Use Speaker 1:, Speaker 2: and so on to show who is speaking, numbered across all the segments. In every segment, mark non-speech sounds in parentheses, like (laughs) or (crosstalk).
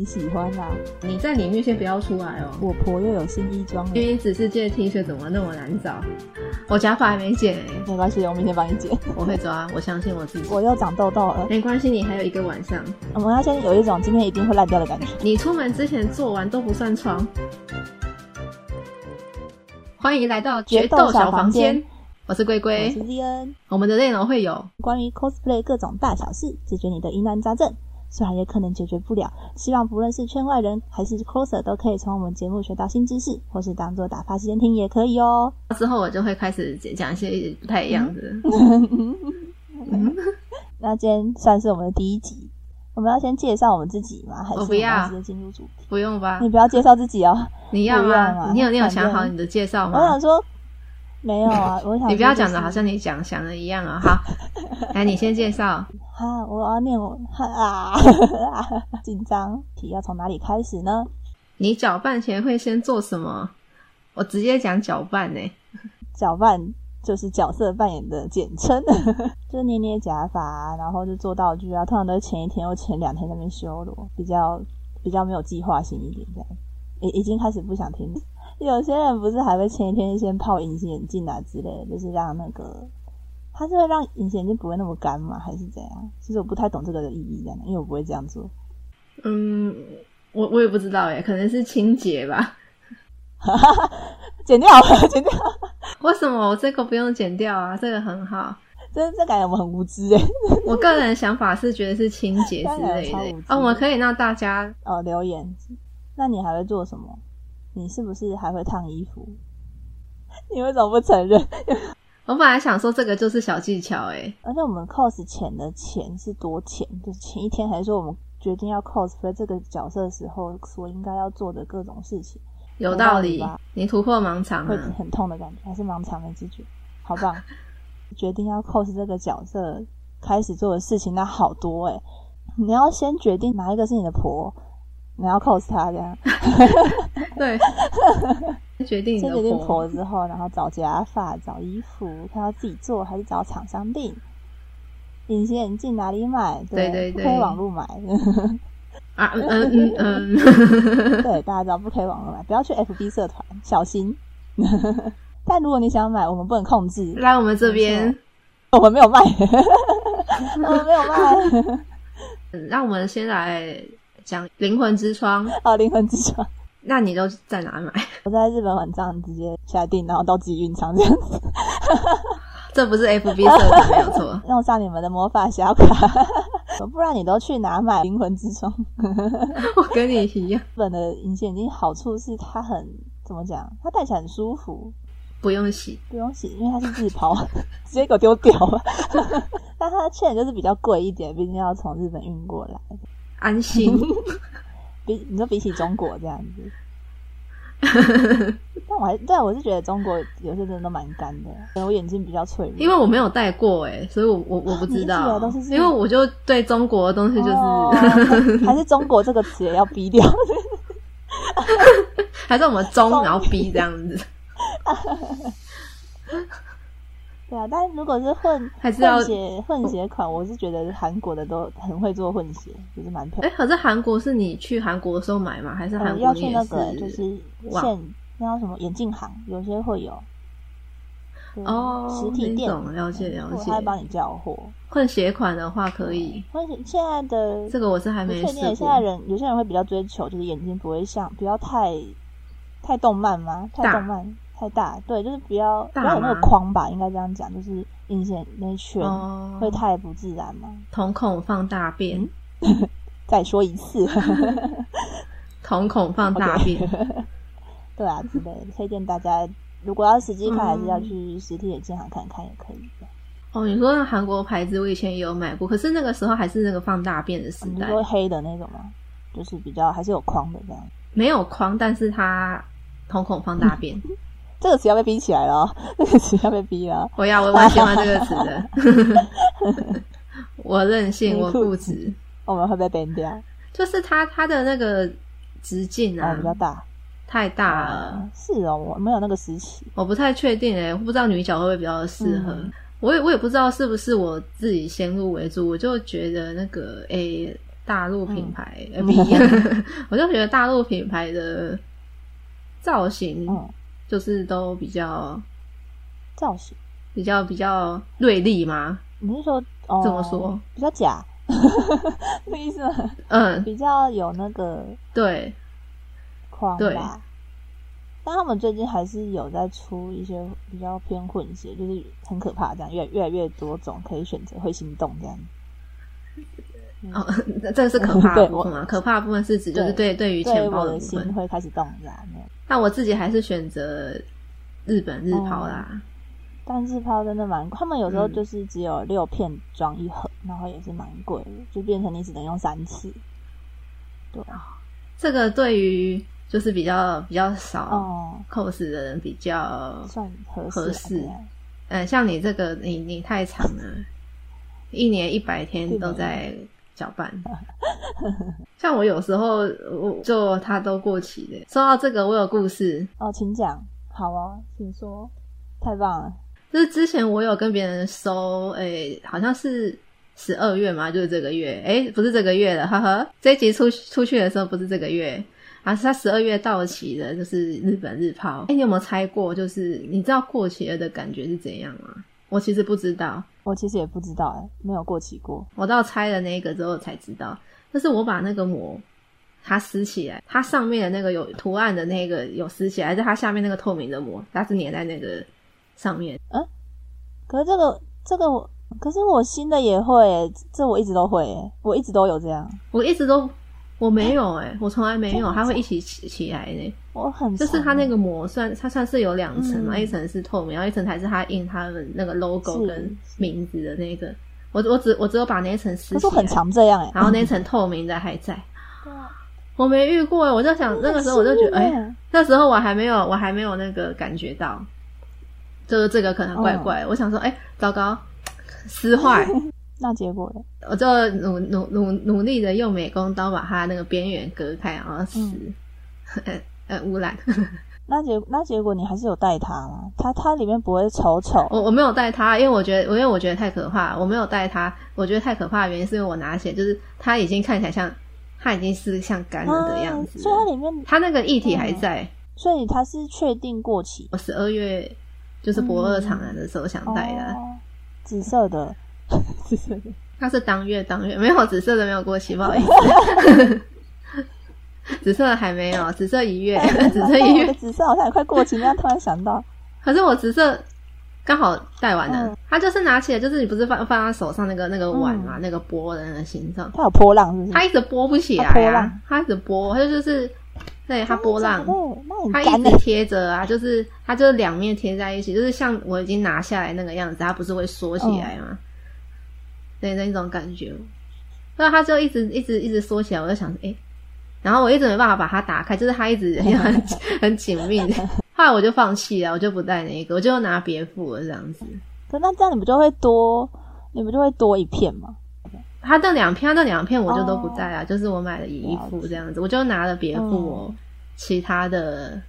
Speaker 1: 你喜欢啦、
Speaker 2: 你在里面先不要出来哦。
Speaker 1: 我婆又有新衣装了，
Speaker 2: 因为只是借 T 恤怎么那么难找？我假发还没剪哎、
Speaker 1: 没关系，我明天帮你剪。 (laughs)
Speaker 2: 我会抓，我相信我自己。
Speaker 1: 我又长痘痘了，
Speaker 2: 没关系，你还有一个晚上。
Speaker 1: 我们要先有一种今天一定会烂掉的感觉。
Speaker 2: 你出门之前做完都不算床。欢迎来到决
Speaker 1: 决
Speaker 2: 斗小房
Speaker 1: 斗小房
Speaker 2: 间，我是龟
Speaker 1: 我
Speaker 2: 龟
Speaker 1: 是。Z N，
Speaker 2: 我们的内容会有
Speaker 1: 关于 cosplay 各种大小事，解决你的疑难杂症，虽然也可能解决不了，希望不论是圈外人还是 coser 都可以从我们节目学到新知识，或是当做打发时间听也可以哦。
Speaker 2: 之后，我就会开始讲一些不太一样的。 (laughs) 嗯
Speaker 1: 那今天算是我们的第一集，我们要先介绍我们自己吗？还是
Speaker 2: 我不要
Speaker 1: 们直接进入主题？
Speaker 2: 不用吧
Speaker 1: 你？不要介绍自己哦。
Speaker 2: 你要
Speaker 1: 不用啊
Speaker 2: 吗？你有你有
Speaker 1: 反正
Speaker 2: 想好你的介绍
Speaker 1: 我
Speaker 2: 吗
Speaker 1: 想？说，没有啊，我想
Speaker 2: 你不要讲
Speaker 1: 的
Speaker 2: 的好像你讲想的一样啊、好， (laughs) 来，你先介绍。
Speaker 1: 啊，我要念我哈啊， (laughs) 紧张，题要从哪里开始呢？
Speaker 2: 你搅拌前会先做什么？我直接讲搅拌呢、
Speaker 1: 搅拌就是角色扮演的简称， (laughs) 就捏捏假发，然后就做道具啊，通常都是前一天或前两天在那边修罗，比较比较没有计划性一点这样。已已经开始不想听，有些人不是还会前一天先泡隐形眼镜啊之类的，就是让那个。它是会让隐形眼镜不会那么干吗？还是怎样？其实我不太懂这个的意义在哪，因为我不会这样做。
Speaker 2: 嗯，我我也不知道哎、可能是清洁吧。
Speaker 1: 剪掉 (laughs) 好了，剪掉。
Speaker 2: (laughs) 为什么我这个不用剪掉啊？这个很好。
Speaker 1: 这这感觉我们很无知哎。
Speaker 2: 我个人想法是觉得是清洁之类
Speaker 1: 当
Speaker 2: 的
Speaker 1: 然
Speaker 2: 欸、
Speaker 1: 超无知
Speaker 2: 哦，我们可以让大家
Speaker 1: 哦，留言，那你还会做什么？你是不是还会烫衣服？ (laughs) 你为什么不承认？
Speaker 2: 我本来想说这个就是小技巧哎、
Speaker 1: 而啊且我们 cos 前的钱是多钱？就是前一天还是说我们决定要 cosplay 这个角色的时候所应该要做的各种事情，
Speaker 2: 有道
Speaker 1: 有
Speaker 2: 理
Speaker 1: 道理吧。
Speaker 2: 你突破盲肠
Speaker 1: 会
Speaker 2: 啊！
Speaker 1: 很痛的感觉，还是盲肠的知觉？好棒！决定要 cos 这个角色开始做的事情，那好多哎、你要先决定哪一个是你的婆，你要 cos 她这样，
Speaker 2: (laughs) 对，决定你
Speaker 1: 先
Speaker 2: 的
Speaker 1: 决定
Speaker 2: 婆
Speaker 1: 婆之后，然后找假发、找衣服，看要自己做还是找厂商订。隐形眼镜哪里买？
Speaker 2: 对对
Speaker 1: 不
Speaker 2: 对
Speaker 1: 可以网络买。 (laughs)
Speaker 2: 啊，嗯嗯 (laughs) 嗯嗯，
Speaker 1: 对，大家知道不可以网络买，不要去 FB 社团，小心。 (laughs) 但如果你想买，我们不能控制，
Speaker 2: 来我们这边，
Speaker 1: 我们没有卖， (laughs) 我们没有卖。
Speaker 2: 让嗯我们先来讲《灵魂之窗》，
Speaker 1: 哦，灵魂之窗，
Speaker 2: 那你都在哪买？ (laughs)
Speaker 1: 我在日本网站直接下订，然后到自己运仓这样子。
Speaker 2: 这不是 FB 社团没有错。
Speaker 1: 用上你们的魔法小卡， (laughs) 不然你都去哪买灵魂之窗？
Speaker 2: 我跟你一样，
Speaker 1: 日本的隐形眼镜好处是它很怎么讲？它戴起来很舒服，
Speaker 2: 不用洗。
Speaker 1: 不用洗，因为它是自抛， (laughs) 直接给我丢掉了。 (laughs) 但它的缺点就是比较贵一点，毕竟要从日本运过来。
Speaker 2: 安心， (laughs)
Speaker 1: 比你说比起中国这样子，但我还对我是觉得中国有些真的都蛮干的，可能我眼睛比较脆弱。
Speaker 2: 因为我没有戴过哎、所以我我我不
Speaker 1: 你
Speaker 2: 知
Speaker 1: 一直以
Speaker 2: 道
Speaker 1: 来都是，这样
Speaker 2: 因为我就对中国的东西就是、 (laughs)
Speaker 1: 哦还是中国这个词也要逼掉， (laughs)
Speaker 2: 还是我们中
Speaker 1: 中
Speaker 2: 然后逼这样子，
Speaker 1: 对啊。但如果是混
Speaker 2: 还是要
Speaker 1: 混血混血款，我是觉得韩国的都很会做混血，就是蛮漂亮的
Speaker 2: 哎、可是韩国是你去韩国的时候买吗？还是韩
Speaker 1: 嗯，
Speaker 2: 国
Speaker 1: 要
Speaker 2: 你
Speaker 1: 去
Speaker 2: 也
Speaker 1: 那个就是
Speaker 2: 哇
Speaker 1: 现那叫什么眼镜行，有些会有。对
Speaker 2: 哦
Speaker 1: 实体店
Speaker 2: 那种了解了解
Speaker 1: 他会帮你叫货。
Speaker 2: 混血款的话可以，
Speaker 1: 而且现在的
Speaker 2: 这个我是还
Speaker 1: 不
Speaker 2: 没
Speaker 1: 确
Speaker 2: 试
Speaker 1: 定，现在
Speaker 2: 过。
Speaker 1: 人有些人会比较追求，就是眼睛不会像不要太太动漫吗？太
Speaker 2: 大
Speaker 1: 动漫太大，对，就是不要不
Speaker 2: 大
Speaker 1: 要有那个
Speaker 2: 吗
Speaker 1: 框吧，应该这样讲，就是隐形那一圈
Speaker 2: 哦，
Speaker 1: 会太不自然嘛。
Speaker 2: 瞳孔放大便，
Speaker 1: 再说一
Speaker 2: (laughs)
Speaker 1: 次，
Speaker 2: 瞳孔放大便。
Speaker 1: (laughs) 对啊之类的，推荐大家如果要实际看，还是要
Speaker 2: 嗯
Speaker 1: 去实体眼镜行看看也可以。这样
Speaker 2: 哦，你说那韩国牌子，我以前也有买过，可是那个时候还是那个放大便的时
Speaker 1: 你是
Speaker 2: 代，
Speaker 1: 说黑的那种吗？就是比较还是有框的这样。
Speaker 2: 没有框，但是它瞳孔放大便。
Speaker 1: 这个词要被逼起来了、哦， (laughs) 这个词要被逼了。哦
Speaker 2: 我要，我蛮喜欢这个词的。 (laughs) 我任性，我固执，
Speaker 1: 我们会被 ban 掉，哦，
Speaker 2: 就是啊它它的那个直径啊
Speaker 1: 比较大。
Speaker 2: 太大了，
Speaker 1: 是哦，我没有那个时期。
Speaker 2: 我不太确定哎、我不知道女角会不会比较适合。
Speaker 1: 嗯
Speaker 2: 我也我也不知道是不是我自己先入为主，我就觉得那个诶、欸大陆品牌，
Speaker 1: 嗯
Speaker 2: 呃，不一样 (laughs) 我就觉得大陆品牌的造型
Speaker 1: 嗯，
Speaker 2: 就是都比较
Speaker 1: 造型，
Speaker 2: 比较比较锐利嘛，
Speaker 1: 你是说哦，
Speaker 2: 这么说，
Speaker 1: 比较假， (laughs) 那个意思吗？
Speaker 2: 嗯，
Speaker 1: 比较有那个
Speaker 2: 对，
Speaker 1: 框
Speaker 2: 对
Speaker 1: 吧。但他们最近还是有在出一些比较偏混血，就是很可怕这样，越越来越多种可以选择，会心动这样。
Speaker 2: 哦， (laughs) 这是可怕的
Speaker 1: 对
Speaker 2: 部分嘛？可怕的部分是指就是对
Speaker 1: 对
Speaker 2: 对于
Speaker 1: 对
Speaker 2: 钱包
Speaker 1: 我
Speaker 2: 的
Speaker 1: 的
Speaker 2: 部
Speaker 1: 心
Speaker 2: 分。
Speaker 1: 会开始动这样。没有
Speaker 2: 那我自己还是选择日本日抛
Speaker 1: 哦
Speaker 2: 啦。
Speaker 1: 但日抛真的蛮，他们有时候
Speaker 2: 嗯
Speaker 1: 就是只有六片装一盒，然后也是蛮贵的，就变成你只能用三次。对，
Speaker 2: 这个对于就是比较比较少
Speaker 1: 哦，
Speaker 2: cos 的人比较，
Speaker 1: 算合适啊。
Speaker 2: 合适
Speaker 1: 对啊
Speaker 2: 嗯，像你这个你你太长了，一年一百天
Speaker 1: 对
Speaker 2: 都在搅拌。像我有时候我就它都过期的。说到这个，我有故事。
Speaker 1: 哦，请讲，好哦，请说，太棒了。
Speaker 2: 就是之前我有跟别人收，诶、好像是十二月嘛，就是这个月，诶、不是这个月了，呵呵。这一集出出去的时候不是这个月，啊，是它十二月到期的，就是日本日抛。诶、你有没有猜过？就是你知道过期了的感觉是怎样吗？我其实不知道，
Speaker 1: 我其实也不知道哎、没有过期过。
Speaker 2: 我到拆了那个之后才知道，就是我把那个膜它撕起来，它上面的那个有图案的那个有撕起来，但它下面那个透明的膜，它是粘在那个上面。
Speaker 1: 可是这个这个我，可是我新的也会、欸，这我一直都会、欸，我一直都有这样。
Speaker 2: 我一直都我没有哎、我从来没
Speaker 1: 真的
Speaker 2: 有，
Speaker 1: 假的
Speaker 2: 它会一起起起来呢、
Speaker 1: 我很
Speaker 2: 就是
Speaker 1: 常
Speaker 2: 它那个膜算它算是有两层嘛，
Speaker 1: 嗯
Speaker 2: 一层是透明，然后一层才是它印它们那个 logo
Speaker 1: 是
Speaker 2: 跟名字的那个。我我只我只有把那一层撕
Speaker 1: 可
Speaker 2: 起
Speaker 1: 是我很
Speaker 2: 来，
Speaker 1: 常这样哎、
Speaker 2: 然后那
Speaker 1: (laughs)
Speaker 2: 一层透明的还在。
Speaker 1: 对啊
Speaker 2: 我没遇过欸，我就想那个时候我就觉得，哎、哎
Speaker 1: 很幸运欸
Speaker 2: 那时候我还没有，我还没有那个感觉到，就是这个可能怪怪。我想说，哎、糟糕，撕坏，
Speaker 1: 那结果嘞？
Speaker 2: 我就努努努努力的用美工刀把它那个边缘割开，然
Speaker 1: 嗯
Speaker 2: 后撕，呃 (laughs) 呃污染。
Speaker 1: 那结那结果你还是有带它吗？它它里面不会丑丑
Speaker 2: 我我没有带它，因为我觉得，因为我觉得太可怕，我没有带它。我觉得太可怕的原因是因为我拿起来，就是它已经看起来像，它已经是像干了的样
Speaker 1: 啊
Speaker 2: 子了。
Speaker 1: 所以它嗯里面，
Speaker 2: 它那个液体还在。
Speaker 1: 所以它是确定过期
Speaker 2: 我十二月就是博二厂来的时候想带的，
Speaker 1: 哦，紫色的， (laughs) 紫色的。
Speaker 2: 它是当月当月没有紫色的没有过期，不好意思。
Speaker 1: (laughs)
Speaker 2: 紫色的还没有，紫色一月， (laughs) 紫色
Speaker 1: (laughs) 哎
Speaker 2: 一
Speaker 1: 我
Speaker 2: 月
Speaker 1: 的紫色好像也快过期，那突然想到，
Speaker 2: 可是我紫色刚好戴完了
Speaker 1: 嗯，
Speaker 2: 它就是拿起来，就是你不是放放在手上那个那个碗
Speaker 1: 嗯
Speaker 2: 嘛，那个波的那个形状，
Speaker 1: 它有波浪是不是？
Speaker 2: 它一直拨不起来
Speaker 1: 它波
Speaker 2: 啊
Speaker 1: 浪，
Speaker 2: 它一直拨，它就是对它波浪，
Speaker 1: 对，那很
Speaker 2: 它
Speaker 1: 干欸
Speaker 2: 一
Speaker 1: 的
Speaker 2: 直贴着啊，就是它就是两面贴在一起，就是像我已经拿下来那个样子，它不是会缩起来
Speaker 1: 嗯
Speaker 2: 吗？对，那一种感觉，那它就一直一直一直缩起来，我就想诶，然后我一直没办法把它打开，就是它一直 (laughs) 很很紧密的，后来我就放弃了，我就不带那个，我就拿别副了这样子。
Speaker 1: 可那这样你不就会多，你不就会多一片吗？
Speaker 2: 它那两片，它那两片我就都不带啊，就是我买了一
Speaker 1: 哦了
Speaker 2: 副
Speaker 1: 解
Speaker 2: 这样子，我就拿了别副我、
Speaker 1: 嗯
Speaker 2: 其他的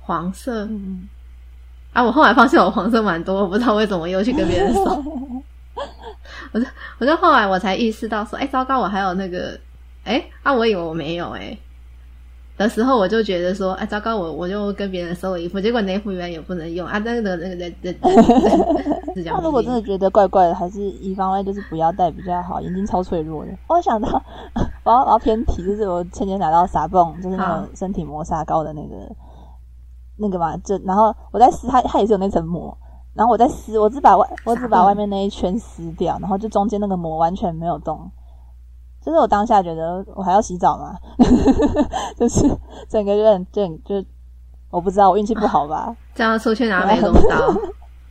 Speaker 2: 黄色，
Speaker 1: 嗯
Speaker 2: 啊，我后来发现我黄色蛮多，我不知道为什么又去跟别人收。
Speaker 1: (laughs)
Speaker 2: 我就我就后来我才意识到说，哎、糟糕，我还有那个，哎、啊，我以为我没有哎、的时候我就觉得说，哎、糟糕，我我就跟别人收了一副，结果那副原来也不能用啊，那个那个那个那个，是这样
Speaker 1: 那如果真的觉得怪怪的，还是一方面就是不要戴比较好，眼睛超脆弱的。我想到， (laughs) 我要我要偏题，就是我前天拿到傻泵，就是那
Speaker 2: 好
Speaker 1: 种身体磨砂膏的那个那个嘛，就然后我在撕它，它也是有那层膜。然后我在撕，我只把外我只
Speaker 2: 撒
Speaker 1: 把
Speaker 2: 泵
Speaker 1: 外面那一圈撕掉，然后就中间那个膜完全没有动。就是我当下觉得我还要洗澡嘛， (laughs) 就是整个人就很就我不知道我运气不好吧，
Speaker 2: 这样出去拿美工刀，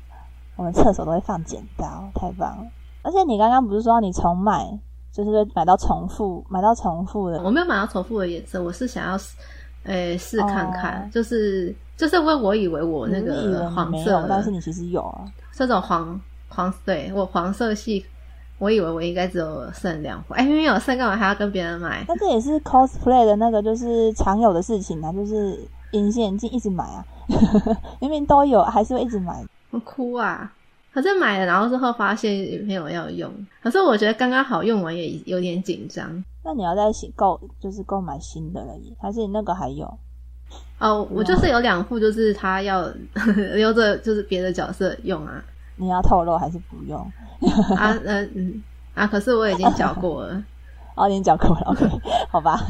Speaker 1: (laughs) 我们厕所都会放剪刀，太棒了！而且你刚刚不是说你重买，就是会买到重复，买到重复的，
Speaker 2: 我没有买到重复的颜色，我是想要试，诶、试看看，
Speaker 1: 哦
Speaker 2: 就是就是因为我以为我那
Speaker 1: 你是以为
Speaker 2: 个
Speaker 1: 你
Speaker 2: 黄
Speaker 1: 没
Speaker 2: 色
Speaker 1: 有
Speaker 2: 的，，
Speaker 1: 但是你其实有啊。
Speaker 2: 这种黄黄对我黄色系，我以为我应该只有剩两副，哎，因为有剩干嘛还要跟别人买？
Speaker 1: 但这也是 cosplay 的那个就是常有的事情啊，就是 (laughs) 隐形眼镜一直买啊，明明都有，还是会一直买。
Speaker 2: 我哭啊！可是买了，然后之后发现没有要用。可是我觉得刚刚好用完也有点紧张。
Speaker 1: 那你要再新购，就是购买新的了耶，还是你那个还有？
Speaker 2: 哦，我就是有两副，就是他要 (laughs) 留着，就是别的角色用啊
Speaker 1: 你要透露还是不用？
Speaker 2: 啊呃嗯啊！可是我已经缴过了，
Speaker 1: 哦，你讲过了，OK，好吧。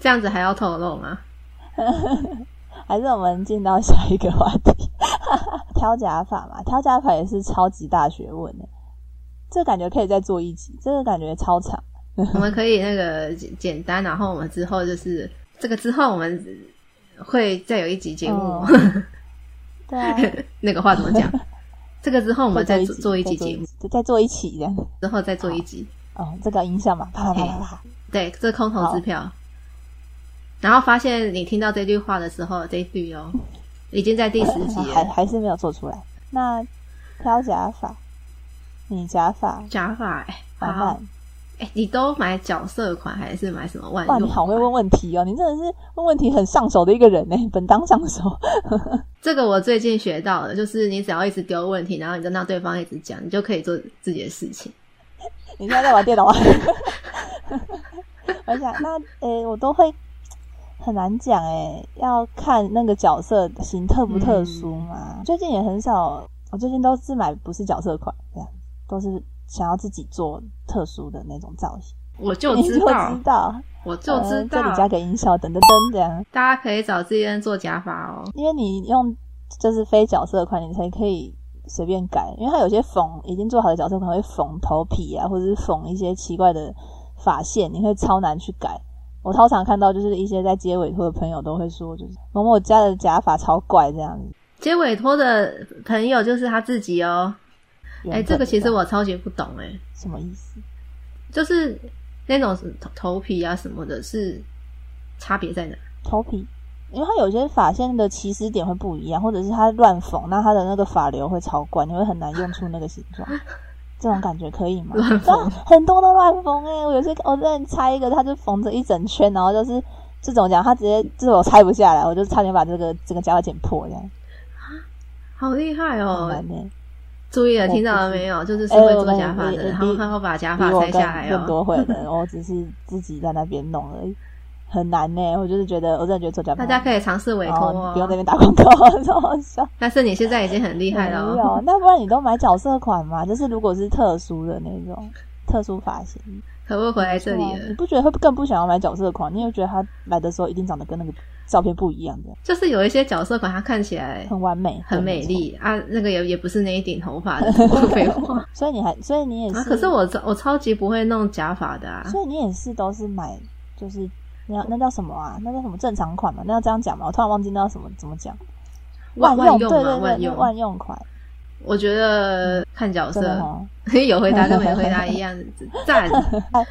Speaker 2: 这样子还要透露吗？
Speaker 1: 还是我们进到下一个话题， (laughs) 挑假发嘛，挑假发也是超级大学问的，这感觉可以再做一集，这个感觉超长。
Speaker 2: 我们可以那个简简单，然后我们之后就是这个之后我们会再有一集节目，
Speaker 1: 哦对啊，
Speaker 2: (laughs) 那个话怎么
Speaker 1: (laughs)
Speaker 2: 讲？这个之后我们再做做一集
Speaker 1: 集
Speaker 2: 节目，，
Speaker 1: 再再做一期这样。
Speaker 2: 之后再做一集。
Speaker 1: 哦，这个音效嘛，啪啪啪啪啪。
Speaker 2: 对，这空头支票。然后发现你听到这句话的时候，这一句哦，已经在第十集
Speaker 1: 啊 (laughs) 还
Speaker 2: 了。
Speaker 1: 还是没有做出来。那挑假发，你假发
Speaker 2: 假发哎，
Speaker 1: 玩
Speaker 2: 好
Speaker 1: 伴，
Speaker 2: 哎，你都买角色款还是买什么万
Speaker 1: 哇，你
Speaker 2: 用
Speaker 1: 好会
Speaker 2: 款？
Speaker 1: 问问题哦，你真的是问问题很上手的一个人呢，本当上手。
Speaker 2: 这个我最近学到了，就是你只要一直丢问题，然后你就让对方一直讲，你就可以做自己的事情。
Speaker 1: 你现在在玩电脑啊？ (laughs) 我想，那诶、我都会很难讲诶、要看那个角色型特不特殊
Speaker 2: 嗯
Speaker 1: 嘛。最近也很少，我最近都是买不是角色款，这样都是想要自己做特殊的那种造型。
Speaker 2: 我
Speaker 1: (laughs)
Speaker 2: 就
Speaker 1: 你
Speaker 2: 知道
Speaker 1: 知，道，
Speaker 2: 我就知
Speaker 1: 嗯这里加
Speaker 2: 道，
Speaker 1: 个音效，噔噔噔这样。
Speaker 2: 大家可以找自己人做假发哦。
Speaker 1: 因为你用就是非角色款，你才可以随便改，因为它有些缝已经做好的角色款会缝头皮啊，或者是缝一些奇怪的发线，你会超难去改。我超常看到，就是一些在接委托的朋友都会说，就是某某家的假发超怪这样子。
Speaker 2: 接委托的朋友就是他自己哦。哎、
Speaker 1: 原本
Speaker 2: 这个其
Speaker 1: 的
Speaker 2: 实我超级不懂哎、
Speaker 1: 什么意思？
Speaker 2: 就是那种头头皮啊什么的，是差别在哪？
Speaker 1: 头皮，因为它有些发线的起始点会不一样，或者是它乱缝，那它的那个发流会超怪，你会很难用出那个形
Speaker 2: (laughs)
Speaker 1: 状。这种感觉可以吗？
Speaker 2: 乱缝
Speaker 1: 但很多都乱缝哎、我有些我之前拆一个，它就缝着一整圈，然后就是这种讲，它直接这我拆不下来，我就差点把这个这个夹剪破这样，
Speaker 2: 好厉害
Speaker 1: 很
Speaker 2: 哦！
Speaker 1: 难欸呢、
Speaker 2: 注意了，
Speaker 1: 我
Speaker 2: 听到了没有？就是是会做假发
Speaker 1: 哎我
Speaker 2: 的，
Speaker 1: 我
Speaker 2: 他们会把假
Speaker 1: 比
Speaker 2: 发
Speaker 1: 我
Speaker 2: 摘
Speaker 1: 更
Speaker 2: 下来
Speaker 1: 更
Speaker 2: 哦。
Speaker 1: 多会的，我只是自己在那边弄而已，很难呢、我就是觉得我真的觉得做假发
Speaker 2: 大
Speaker 1: 很
Speaker 2: 家
Speaker 1: 难，
Speaker 2: 可以尝试委托
Speaker 1: 哦，你不用在那边
Speaker 2: 哦。
Speaker 1: 打广告，啊超好笑。
Speaker 2: 但是你现在已经很厉害了
Speaker 1: 没
Speaker 2: 哦。
Speaker 1: 有，那不然你都买角色款嘛？ (laughs) 就是如果是特殊的那种特殊发型，
Speaker 2: 可不可以回来这里
Speaker 1: 对啊你
Speaker 2: 了？
Speaker 1: 不觉得会更不想要买角色款？你又觉得他买的时候一定长得跟那个照片不一样的，
Speaker 2: 就是有一些角色款，它看起来
Speaker 1: 很完美，
Speaker 2: 很
Speaker 1: 对
Speaker 2: 美。丽啊，那个也也不是那一顶头发的废话
Speaker 1: 没错所以你还，所以你也是，
Speaker 2: 啊。可是我超我超级不会弄假发的啊。
Speaker 1: 所以你也是都是买，就是那那叫什么啊？那叫什么正常款嘛？那要这样讲嘛？我突然忘记那叫什么怎么讲，
Speaker 2: 万
Speaker 1: 用，对
Speaker 2: 用
Speaker 1: 对
Speaker 2: 嘛，
Speaker 1: 对，
Speaker 2: 万
Speaker 1: 那
Speaker 2: 用。哦
Speaker 1: 万用款，
Speaker 2: 我觉得看角色
Speaker 1: 真的哦。
Speaker 2: 有回答跟没回
Speaker 1: (laughs)
Speaker 2: 答一样，赞。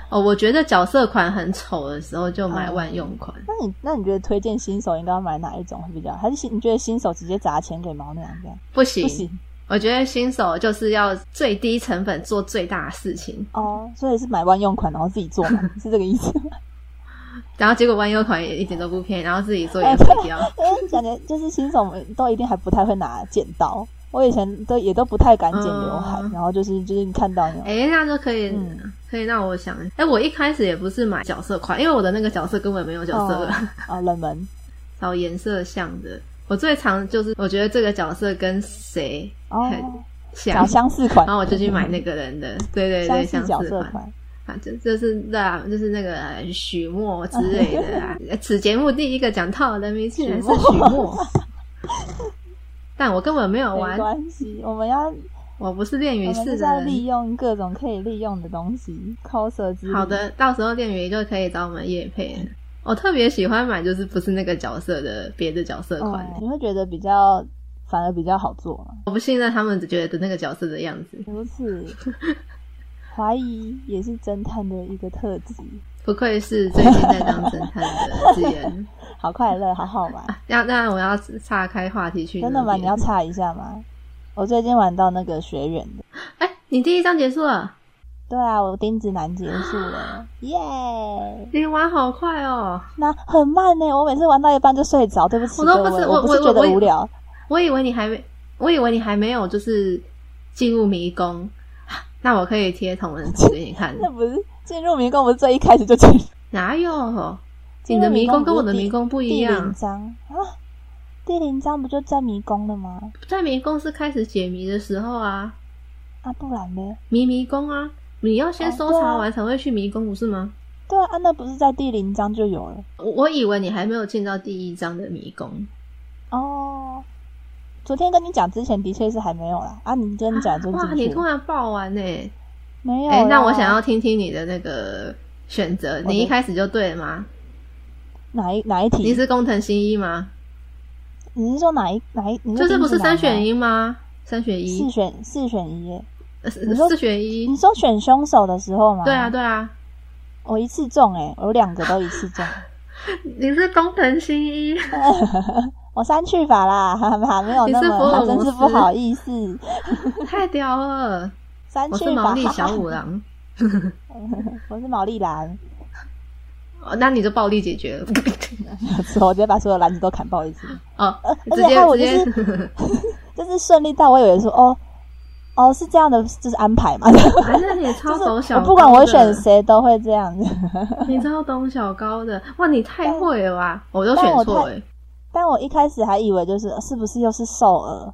Speaker 2: 哦，我觉得角色款很丑的时候就买
Speaker 1: 嗯
Speaker 2: 万用款。
Speaker 1: 那你那你觉得推荐新手应该要买哪一种会比较好？还是新你觉得新手直接砸钱给毛娘这样？
Speaker 2: 不行，
Speaker 1: 不行，
Speaker 2: 我觉得新手就是要最低成本做最大的事情，
Speaker 1: 哦，所以是买万用款，然后自己做
Speaker 2: (laughs)
Speaker 1: 嘛，是这个意思吗？
Speaker 2: 然后结果万用款也一点都不便宜，然后自己做也毁掉。
Speaker 1: (laughs) 因为感觉就是新手们都一定还不太会拿剪刀，我以前都也都不太敢剪刘海，
Speaker 2: 嗯
Speaker 1: 然后就是就是你看到你，
Speaker 2: 哎，那就可以，
Speaker 1: 嗯
Speaker 2: 可以让我想，哎，我一开始也不是买角色款，因为我的那个角色根本没有角色
Speaker 1: 哦
Speaker 2: 了，
Speaker 1: 啊冷门
Speaker 2: (laughs) 找颜色像的。我最常就是我觉得这个角色跟谁
Speaker 1: 哦，
Speaker 2: 像
Speaker 1: 找，相似款，
Speaker 2: 然后我就去买那个人的，对对对，
Speaker 1: 相
Speaker 2: 相
Speaker 1: 似角
Speaker 2: 似
Speaker 1: 色
Speaker 2: 款。
Speaker 1: 款，
Speaker 2: 啊，这这是对啊，就是那个呃许墨之类的
Speaker 1: (laughs)
Speaker 2: 啊。此节目第一个讲套的名字
Speaker 1: 许
Speaker 2: 是
Speaker 1: 墨
Speaker 2: 许墨，但我根本没有
Speaker 1: 没
Speaker 2: 玩，
Speaker 1: 关系，我们要
Speaker 2: 我不是练
Speaker 1: 我
Speaker 2: 语
Speaker 1: 们就
Speaker 2: 室
Speaker 1: 是
Speaker 2: 的
Speaker 1: 要利
Speaker 2: 人。
Speaker 1: 用各种可以利用的东西，coser 之
Speaker 2: 好
Speaker 1: 力，
Speaker 2: 的，到时候练语就可以找我们叶配了。我特别喜欢买，就是不是那个角色的别的角色款、
Speaker 1: 嗯，你会觉得比较反而比较好做嘛？
Speaker 2: 我不信任他们只觉得那个角色的样子。
Speaker 1: 如
Speaker 2: (laughs)
Speaker 1: 此，怀疑也是侦探的一个特质，
Speaker 2: 不愧是最近在当侦
Speaker 1: (laughs)
Speaker 2: 探的志源。
Speaker 1: 好快乐，好好玩。
Speaker 2: 那那我要岔开话题去那
Speaker 1: 真
Speaker 2: 边。
Speaker 1: 的吗？你要查一下吗？我最近玩到那个学员的，
Speaker 2: 哎、你第一章结束了，
Speaker 1: 对啊，我钉子男结束
Speaker 2: (laughs)
Speaker 1: 了，耶！
Speaker 2: 你玩好快哦！
Speaker 1: 那很慢呢、我每次玩到一半就睡着，对不起
Speaker 2: 我都
Speaker 1: 各
Speaker 2: 不
Speaker 1: 位，
Speaker 2: 是
Speaker 1: 我
Speaker 2: 我
Speaker 1: 不是
Speaker 2: 我
Speaker 1: 觉得
Speaker 2: 我
Speaker 1: 无聊，
Speaker 2: 我以为你还没，我以为你还没有就是进入迷宫，啊那我可以贴同人图给你看。
Speaker 1: 那不是进入迷宫，不是最一开始就进入
Speaker 2: 哪有？你的迷宫跟我的迷宫不一
Speaker 1: 第零
Speaker 2: 样，
Speaker 1: 章啊，第零章不就在迷宫了吗？
Speaker 2: 在迷宫是开始解谜的时候啊，
Speaker 1: 啊，不然呢？
Speaker 2: 迷迷宫啊，你要先
Speaker 1: 哦
Speaker 2: 搜
Speaker 1: 对
Speaker 2: 查
Speaker 1: 啊
Speaker 2: 完才会去迷宫，不是吗？
Speaker 1: 对啊，啊那不是在第零章就有了
Speaker 2: 我我以为你还没有进到第一章的迷宫，
Speaker 1: 哦。昨天跟你讲之前的确是还没有啦，啊，你跟你讲就
Speaker 2: 哇，你
Speaker 1: 进去
Speaker 2: 突
Speaker 1: 了，
Speaker 2: 然爆完呢、
Speaker 1: 没有啦。
Speaker 2: 哎、那我想要听听你的那个选择，
Speaker 1: 的
Speaker 2: 你一开始就对了吗？
Speaker 1: 哪一哪一题？
Speaker 2: 你是工藤新一吗？
Speaker 1: 你是说哪一哪一？你
Speaker 2: 就
Speaker 1: 说
Speaker 2: 是不是
Speaker 1: 丁子
Speaker 2: 三
Speaker 1: 楠
Speaker 2: 选
Speaker 1: 吗？
Speaker 2: 一吗？三选一
Speaker 1: 四，选四选一耶？
Speaker 2: 呃
Speaker 1: 你说
Speaker 2: 四选一
Speaker 1: 你，说选凶手的时候吗？
Speaker 2: 对啊，对啊，
Speaker 1: 我一次中哎、我两个都一次中， (laughs)
Speaker 2: 你是工藤新一，
Speaker 1: 我删去法啦， (laughs) 哈哈，没有
Speaker 2: 你
Speaker 1: 那
Speaker 2: 是福
Speaker 1: 么，
Speaker 2: 尔
Speaker 1: 还真
Speaker 2: 摩
Speaker 1: 是
Speaker 2: 斯
Speaker 1: 不好意思，
Speaker 2: 太屌了！
Speaker 1: 删
Speaker 2: 我
Speaker 1: 去
Speaker 2: 是毛
Speaker 1: 法，
Speaker 2: 利
Speaker 1: 哈哈
Speaker 2: 小五郎，
Speaker 1: (laughs) 我是毛利兰，
Speaker 2: 哦，那你就暴力解决了。
Speaker 1: 我直接把所有篮子都砍爆一次，
Speaker 2: 哦，
Speaker 1: 呃而
Speaker 2: 直
Speaker 1: 且
Speaker 2: 接
Speaker 1: 害我
Speaker 2: 直接，
Speaker 1: 就是顺利到我以为说哦哦是这样的，就是安排嘛， (laughs) 就
Speaker 2: 反正你也超
Speaker 1: 是
Speaker 2: 懂小
Speaker 1: 我
Speaker 2: 高的，
Speaker 1: 不管我选谁都会这样子，
Speaker 2: 你超懂小高的，哇，你太会了吧！我都选
Speaker 1: 但我
Speaker 2: 错
Speaker 1: 太
Speaker 2: 哎，
Speaker 1: (laughs) 但我一开始还以为就是呃是不是又是瘦鹅，